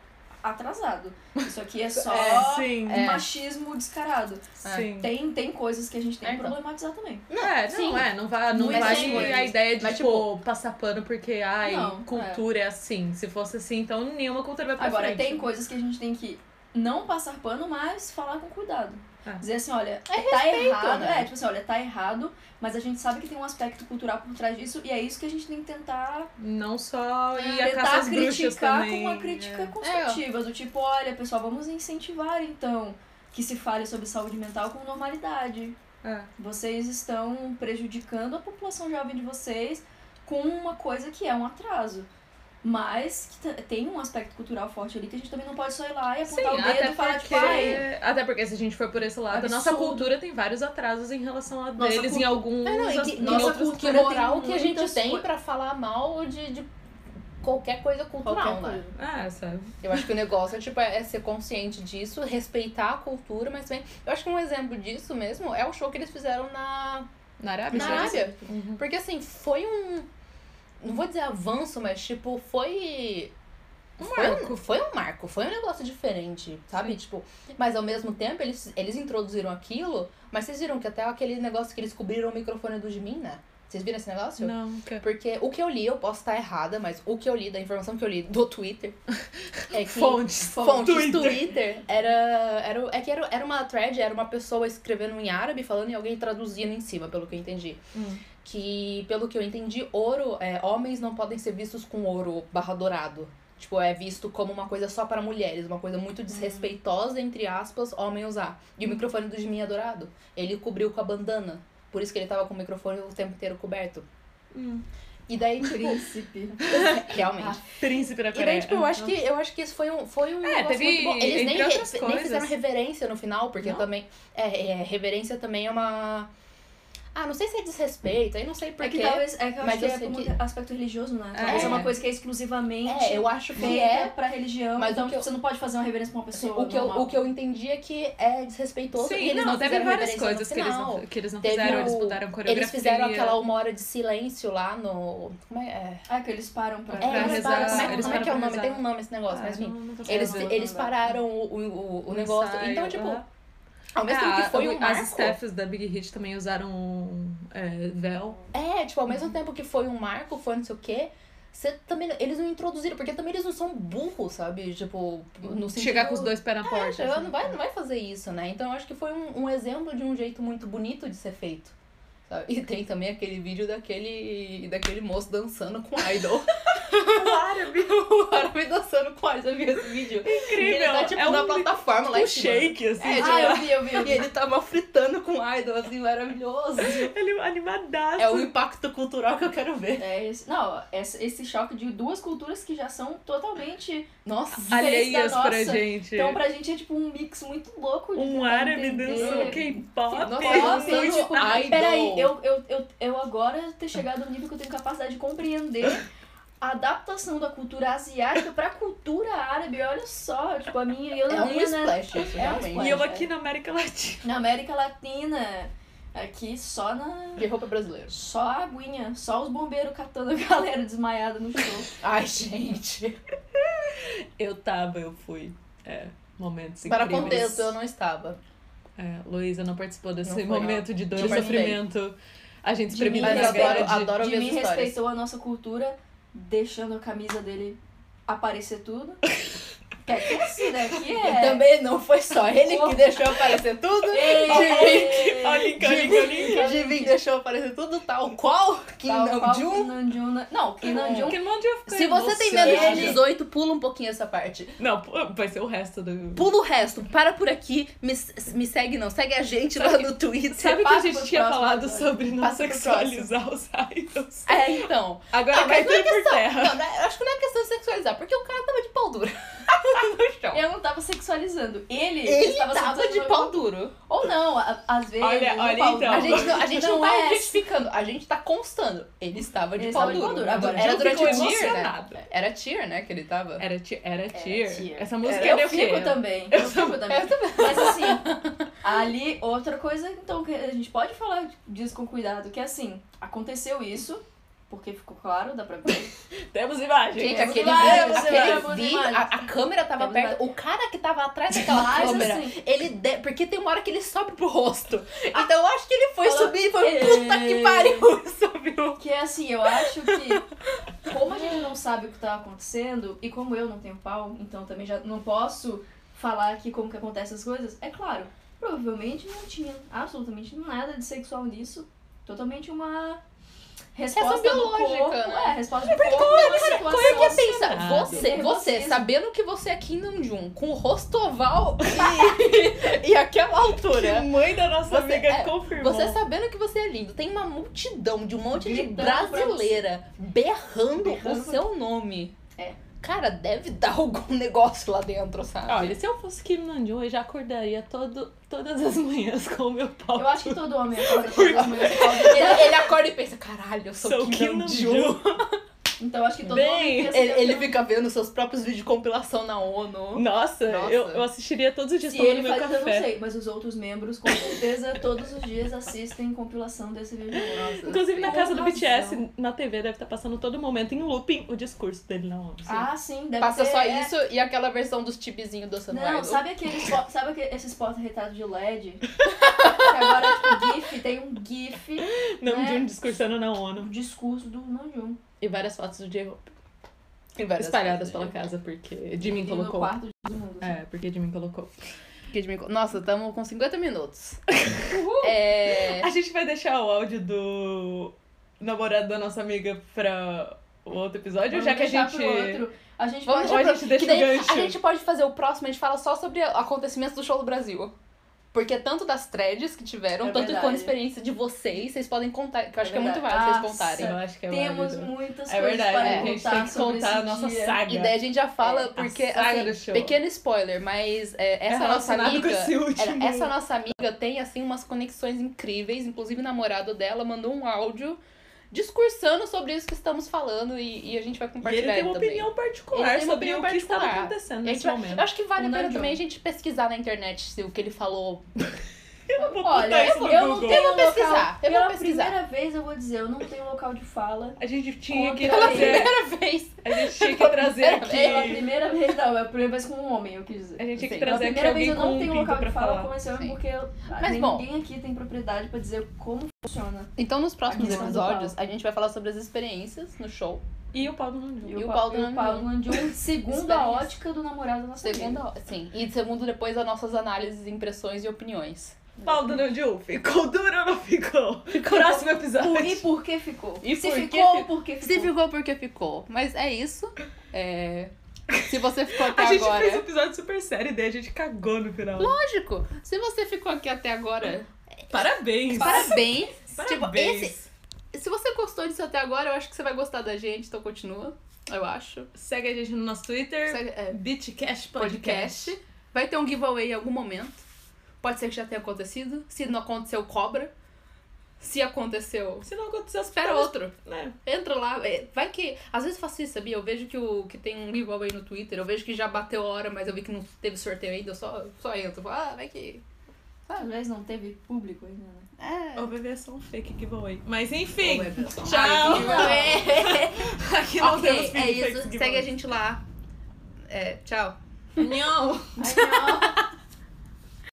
S3: atrasado. Isso aqui é só
S2: sim,
S1: É.
S3: machismo descarado.
S2: é. sim.
S3: Tem, tem coisas que a gente tem
S1: É,
S3: que
S1: então.
S3: problematizar também.
S2: Não, é, não
S1: sim.
S2: é, não vai, não
S1: Mas
S2: vai
S1: tem
S2: que a
S1: coisas.
S2: ideia de,
S1: Mas,
S2: tipo, passar pano porque, ai,
S3: Não,
S2: cultura é. assim. Se fosse assim, então nenhuma cultura vai pra
S3: Agora,
S2: frente.
S3: tem coisas que a gente tem que não passar pano, mas falar com cuidado.
S2: Ah.
S3: Dizer assim, olha, tá errado.
S1: né?
S3: É, tipo assim, olha, tá errado, mas a gente sabe que tem um aspecto cultural por trás disso, e é isso que a gente tem que tentar
S2: Não só e a caça
S3: É, tentar
S2: às bruxas
S3: criticar
S2: também. é.
S3: com uma crítica construtiva, do tipo, olha, pessoal, vamos incentivar então que se fale sobre saúde mental com normalidade.
S2: É. É.
S3: Vocês estão prejudicando a população jovem de vocês com uma coisa que é um atraso. Mas que t- tem um aspecto cultural forte ali que a gente também não pode só ir lá e
S2: Sim,
S3: apontar o
S2: até
S3: dedo e falar,
S2: porque,
S3: tipo, ai,
S2: até porque se a gente for por esse lado, a nossa
S3: Absurdo.
S2: cultura tem vários atrasos em relação a
S3: Nossa
S2: deles, em
S3: cultu-
S2: alguns...
S1: É, não, e que,
S2: em
S1: nossa
S2: outros-
S1: cultura
S3: tem
S1: moral que a gente
S3: muitas
S1: tem
S3: coi-
S1: pra falar mal de, de qualquer coisa cultural,
S3: qualquer
S1: né?
S3: coisa.
S2: É, sabe?
S1: Eu acho que o negócio é, tipo, é ser consciente disso, respeitar a cultura, mas também. Eu acho que um exemplo disso mesmo é o show que eles fizeram na,
S2: Na Arábia?
S1: na
S2: sabe?
S1: Arábia.
S2: Uhum.
S1: Porque assim, foi um. Não vou dizer avanço, mas tipo, foi. Foi um, foi um marco, foi um negócio diferente, sabe? Tipo, mas ao mesmo tempo eles, eles introduziram aquilo, mas vocês viram que até aquele negócio que eles cobriram o microfone do Jimin, né? Vocês viram esse negócio?
S2: Não, que...
S1: Porque o que eu li, eu posso estar errada, mas o que eu li, da informação que eu li do Twitter, é que
S2: Fontes.
S1: fontes
S2: Twitter.
S1: Twitter, era, era, o- é que era, era uma thread, era uma pessoa escrevendo em árabe falando e alguém traduzindo em cima, pelo que eu entendi.
S2: Hum.
S1: Que, pelo que eu entendi, ouro, é, homens não podem ser vistos com ouro barra dourado. Tipo, é visto como uma coisa só para mulheres, uma coisa muito desrespeitosa, entre aspas, homem usar. E o microfone do Jimin é dourado. Ele cobriu com a bandana. Por isso que ele tava com o microfone o tempo inteiro coberto.
S2: Hum.
S1: E daí, tipo,
S3: Príncipe.
S1: realmente.
S2: Príncipe da
S1: E
S2: Coreia.
S1: daí, tipo, eu acho que, eu acho que isso foi um, foi um
S2: É,
S1: negócio
S2: teve-
S1: muito bom. Eles
S2: entre
S1: nem, re-
S2: outras
S1: nem fizeram
S2: coisas.
S1: reverência no final, porque
S3: Não?
S1: também... É, é, reverência também é uma... Ah, não sei se é desrespeito, aí não sei
S3: É
S1: porquê.
S3: que talvez é que eu
S1: Mas
S3: acho que
S1: eu
S3: é
S1: sei
S3: como
S1: que-
S3: aspecto religioso, né? Talvez é.
S1: É.
S3: uma coisa que é exclusivamente
S1: É, eu acho que
S3: feita
S1: é...
S3: pra religião.
S1: Mas
S3: então
S1: o que eu-
S3: você não pode fazer uma reverência pra uma
S1: assim,
S3: pessoa.
S1: o, que eu,
S3: normal.
S1: o que eu entendi é que é desrespeitoso
S2: Sim,
S1: e eles
S2: não,
S1: não,
S2: teve
S1: fizeram
S2: várias
S1: reverência
S2: coisas
S1: no
S2: que eles
S1: final.
S2: não, que eles não
S1: Teve
S2: fizeram,
S1: o-
S2: eles mudaram coreografia. Ah,
S1: Eles fizeram aquela uma hora de silêncio lá no... Como é? É,
S3: Ah, que eles param pra.
S1: é,
S2: Pra
S1: eles
S2: rezar,
S1: param- como é,
S2: eles
S1: como é que é
S2: param
S1: o
S2: pra
S1: nome?
S2: rezar.
S1: Tem um nome esse negócio,
S2: Ah,
S1: mas enfim.
S2: não- não tô
S1: Eles,
S2: sabendo.
S1: eles pararam o, o, o- o
S2: Um
S1: negócio.
S2: ensaio,
S1: então, tipo,
S2: aham.
S1: ao mesmo tempo
S2: Ah,
S1: que foi
S2: o-
S1: um
S2: As
S1: marco...
S2: staffs da Big Hit também usaram é, véu.
S1: É, tipo, ao mesmo tempo que foi um marco, foi não sei o quê, você também. Eles não introduziram, porque também eles não são burros, sabe? Tipo, no sentido.
S2: Chegar com os dois pés na porta.
S1: É,
S2: assim.
S1: não, vai, não vai fazer isso, né? Então eu acho que foi um, um exemplo de um jeito muito bonito de ser feito. sabe? E tem também aquele vídeo daquele, daquele moço dançando com idol. o árabe. o árabe dançando com idol. Você viu esse vídeo? Incrível! Ele tá, tipo, tipo,
S2: É
S1: na
S2: um-
S1: plataforma lá
S2: um
S1: em cima.
S2: shake, assim.
S1: É,
S2: tipo,
S1: ah,
S3: eu vi, eu vi, eu
S1: E
S3: vi.
S1: ele tava fritando com idol, assim, maravilhoso.
S2: Ele um animadaço.
S1: É o impacto cultural que eu quero ver.
S3: É esse- não, esse, esse choque de duas culturas que já são totalmente.
S1: Nossa.
S2: Alheias
S3: Diferente da
S2: pra
S3: nossa.
S2: gente.
S3: Então, pra gente é tipo um mix muito louco de.
S2: um
S3: tentar
S2: árabe
S3: entender.
S2: dançando K-pop.
S1: Nossa,
S3: Nossa, eu,
S1: muito
S3: tipo,
S1: idol.
S3: peraí, eu, eu, eu, eu agora ter chegado ao nível que eu tenho capacidade de compreender a adaptação da cultura asiática pra cultura árabe. Olha só, tipo, a minha. Eu,
S1: É
S3: na
S1: um
S3: minha, né,
S1: splash, isso,
S3: É um
S1: realmente.
S3: splash.
S2: E eu aqui na América Latina.
S3: na América Latina, aqui só na.
S1: De roupa brasileira.
S3: Só a aguinha, só os bombeiros catando a galera desmaiada no show.
S1: Ai, gente.
S2: Eu tava, eu fui. É, momentos
S1: Para
S2: incríveis.
S1: contexto, eu não estava.
S2: É, Luísa não participou desse
S1: Não foi, não.
S2: momento de dor
S1: Não
S2: e
S1: participei.
S2: sofrimento. A gente
S3: De mim,
S2: experimenta
S1: Mas
S3: respeito-
S1: adoro,
S2: agora de...
S1: adoro ver
S3: Jimmy
S1: as histórias.
S3: respeitou a nossa cultura, deixando a camisa dele aparecer tudo. Que é que esse daqui
S1: E
S3: é.
S1: também não foi só ele que deixou aparecer tudo. Jimmy,
S3: Ei,
S2: Olha o link, olha o link, olha o link.
S1: Jimmy deixou aparecer tudo tal qual Kim
S3: tal qual Kim
S1: Namjoon.
S3: Namjoon, né? Não, Kim Namjoon.
S2: Que monte eu fiquei
S1: Se você tem menos de
S2: emocionada.
S1: 18, pula um pouquinho essa parte.
S2: Não, pô, vai ser o resto do...
S1: Pula o resto, para por aqui, me, me segue não, segue a gente lá no Twitter.
S2: Sabe que a
S3: passa
S2: gente
S3: pro
S2: tinha
S3: próximo
S2: falado
S3: agora.
S2: sobre não
S1: Passa pro
S2: sexualizar os idols?
S1: É, então.
S2: Agora
S1: Ah,
S2: cai
S1: mas não é
S2: tudo por terra.
S1: Não, não é- acho que não é questão de sexualizar, porque o cara tava de pau duro. no chão.
S3: Eu não tava sexualizando.
S1: Ele
S3: Ele, estava
S1: tava de
S3: sexualizando-
S1: pau duro.
S3: Ou não, a- às vezes.
S2: Olha,
S3: no
S2: olha
S3: pau-
S2: então.
S1: A gente não, a gente não,
S3: Não
S1: tá
S3: é.
S1: identificando, a gente tá constando. Ele estava de
S3: Ele
S1: pau
S3: estava de
S1: duro.
S3: pau duro. Agora,
S1: era
S2: eu
S1: durante o
S2: fico
S1: tier, né?
S2: emocionada.
S1: Era tier, né, que ele
S3: É
S1: tava.
S2: Era tier. Era tier.
S3: tier.
S2: Essa música
S1: Era-
S2: era,
S3: Eu
S2: o quê?
S3: fico também. Eu fico também. Mas assim, ali, outra coisa, então, que a gente pode falar disso com cuidado, que assim, aconteceu isso, porque ficou claro, dá pra ver.
S2: Temos imagens.
S1: Gente,
S3: Temos
S1: aquele
S3: imagens,
S1: vídeo,
S3: temos
S1: aquele
S3: imagens,
S1: vídeo,
S3: imagens.
S1: a, a câmera tava
S3: Temos
S1: perto, o cara que tava atrás daquela
S3: Mas
S1: câmera,
S3: assim,
S1: ele de- porque tem uma hora que ele sobe pro rosto. Então eu acho que ele foi
S3: Falou,
S1: subir e foi, um
S3: "Ê".
S1: puta que pariu, subiu.
S3: que é assim, eu acho que como a gente não sabe o que tá acontecendo, e como eu não tenho pau, então também já não posso falar aqui como que acontecem as coisas, é claro, provavelmente não tinha absolutamente nada de sexual nisso, totalmente uma... Resposta do
S1: biológica,
S3: corpo,
S1: né?
S3: é, resposta do corpo, uma situação. assim.
S1: Como é que é pensar?
S2: Emocionado.
S1: Você, você,
S3: Nervosismo.
S1: sabendo que você é Kim Namjoon, com o rosto oval e, e aquela altura.
S2: mãe da nossa
S1: Você-
S2: amiga
S1: é,
S2: confirmou.
S1: Você sabendo que você é lindo, tem uma multidão de um monte de
S3: Gritando pra
S1: brasileira berrando, o
S3: Berrando.
S1: seu nome.
S3: É.
S1: Cara, deve dar algum negócio lá dentro, sabe?
S2: Olha, se eu fosse Kim Nanjun, eu já acordaria todo, todas as manhãs com o meu pau.
S3: Eu acho que todo homem acorda todas as manhãs com alguém.
S1: Ele, ele acorda e pensa, caralho, eu sou,
S2: Sou
S1: Kim
S2: Kim
S1: Namjoon.
S2: Nanjun.
S3: Então acho que todo
S2: Bem,
S3: homem pensa
S1: Ele,
S3: que
S1: ele fica vendo seus próprios vídeos de compilação na ONU.
S2: Nossa,
S1: Nossa.
S2: Eu, eu assistiria todos os dias
S3: se
S2: tomando
S3: ele
S2: meu
S3: faz, eu não
S2: café.
S3: sei, mas os outros membros com certeza todos os dias assistem compilação desse vídeo.
S2: Inclusive na
S3: Com
S2: casa do
S3: razão.
S2: BTS, na TV, deve estar passando todo momento em looping o discurso dele na ONU.
S3: Ah, sim, deve
S1: Passa
S3: ter,
S1: só
S3: é.
S1: isso e aquela versão dos tibizinhos dançando
S3: Não,
S1: idol.
S3: sabe aqueles po- sabe aquele, esses porta-retratos de LED? que agora tipo GIF, tem um GIF
S2: Não de
S3: né?
S2: um discursando na
S3: do
S2: ONU.
S3: discurso do Namjoon.
S2: E várias fotos do J-Hope
S1: Tem várias coisas,
S2: espalhadas pela
S1: né?
S2: casa, porque Jimin
S3: E no
S2: colocou.
S3: quarto do mundo.
S2: É, porque Jimin colocou.
S1: Que de mim- Nossa, estamos com 50 minutos. É...
S2: A gente vai deixar o áudio do namorado da nossa amiga pra o outro episódio,
S3: Vamos
S2: já que a
S3: deixar
S2: gente.
S3: pro outro. A gente
S1: Vamos
S3: pode
S1: deixar
S2: Ou a
S1: pra-
S2: gente deixa
S1: que daí
S2: o gancho.
S1: A gente pode fazer o próximo, a gente fala só sobre acontecimentos do show do Brasil. Porque tanto das threads que tiveram,
S3: É
S1: tanto
S3: verdade.
S1: quanto a experiência de vocês, vocês podem contar, que eu acho
S3: É
S1: que é muito
S3: verdade.
S1: válido vocês
S3: Nossa.
S1: contarem.
S2: Eu acho que é o
S3: Temos
S2: áudio do-
S3: muitas
S2: É
S3: coisas
S2: verdade,
S3: para
S1: é,
S2: a gente
S3: contar
S2: tem que
S3: sobre
S2: contar
S3: esse
S2: a nossa
S3: dia.
S2: saga.
S1: E daí a gente já fala,
S3: É, a
S1: porque,
S2: saga
S1: assim,
S2: do show.
S1: pequeno spoiler, mas é, essa
S2: É
S1: nossa
S2: relacionado
S1: amiga...
S2: com esse último.
S1: é, Essa nossa amiga tem, assim, umas conexões incríveis. Inclusive, o namorado dela mandou um áudio discursando sobre isso que estamos falando e, e a gente vai
S2: E ele
S1: compartilhar
S2: tem uma
S1: também.
S2: opinião particular
S1: Ele tem uma
S2: sobre
S1: opinião
S2: o que estava
S1: particular.
S2: acontecendo
S1: A gente
S2: nesse
S1: vai-
S2: momento. é
S1: eu acho que vale a
S3: Um
S1: pena
S3: dungeon.
S1: também a gente pesquisar na internet se o que ele falou.
S2: Eu não vou
S3: Olha,
S2: botar isso
S3: eu
S2: no
S3: não- eu não
S2: Google.
S3: tenho-
S1: Eu vou pesquisar, eu
S3: Pela
S1: vou pesquisar.
S3: primeira vez eu vou dizer, eu não tenho local de fala.
S2: A gente tinha que
S1: É.
S3: Pela
S2: trazer.
S1: Primeira vez.
S2: A gente tinha que trazer
S3: Pela
S2: aqui.
S3: primeira vez, não, é a primeira vez com um homem, eu quis dizer.
S2: A gente tinha que
S1: Sim.
S3: Pela
S2: trazer aqui
S3: primeira
S2: alguém
S3: vez eu
S2: com
S3: não
S2: um
S3: tenho
S2: pinto
S3: local
S2: pra
S3: de fala
S2: falar.
S3: com esse homem,
S1: Sim.
S3: porque eu-
S1: Mas,
S3: nem-
S1: bom.
S3: ninguém aqui tem propriedade pra dizer como funciona.
S1: Então, nos próximos
S3: A questão do
S1: episódios, a gente vai falar sobre as experiências no show.
S2: E o Paulo não viu.
S1: E o
S3: pa-
S1: Paulo
S3: e
S1: Nandium.
S3: o Paulo Nandium, um segundo
S1: Experiência.
S3: a ótica do namorado da nossa amiga.
S1: Segundo, sim. E segundo, depois, as nossas análises, impressões e opiniões.
S2: O Paulo do Nandiu ficou duro ou não ficou? Próximo episódio.
S3: Por- E por que ficou?
S2: E
S3: Se
S2: por que
S3: ficou,
S2: fi-
S3: por que
S1: Se
S3: ficou?
S1: ficou porque ficou. Mas é isso. É... Se você ficou até
S2: A gente
S1: agora.
S2: fez um episódio super sério e daí a gente cagou no final.
S1: Lógico! Se você ficou aqui até agora,
S2: Parabéns!
S1: parabéns! Tipo,
S2: Parabéns!
S1: esse, se você gostou disso até agora, eu acho que você vai gostar da gente, então continua. Eu acho.
S2: Segue a gente no nosso Twitter,
S1: Segue- é,
S2: Bitcash Podcast.
S1: podcast. Vai ter um giveaway em algum momento. Pode ser que já tenha acontecido. Se não aconteceu, cobra. Se aconteceu,
S2: Se não aconteceu,
S1: espera outro.
S2: Né?
S1: Entra lá. é, Vai que. Às vezes eu faço isso, sabia? Eu vejo que, o, que tem um giveaway no Twitter. Eu vejo que já bateu a hora, mas eu vi que não teve sorteio ainda. Eu só, só entro. Falo, Ah, vai que.
S3: Talvez não teve público ainda, né?
S1: É.
S2: Ou vai ver só um fake giveaway. Mas enfim,
S1: Ou vai ver só um
S2: tchau!
S1: Giveaway.
S2: Aqui não temos
S1: ok,
S2: fake
S1: é isso.
S2: giveaway.
S1: Segue a gente lá. É, tchau.
S2: Não!
S3: Ai, não.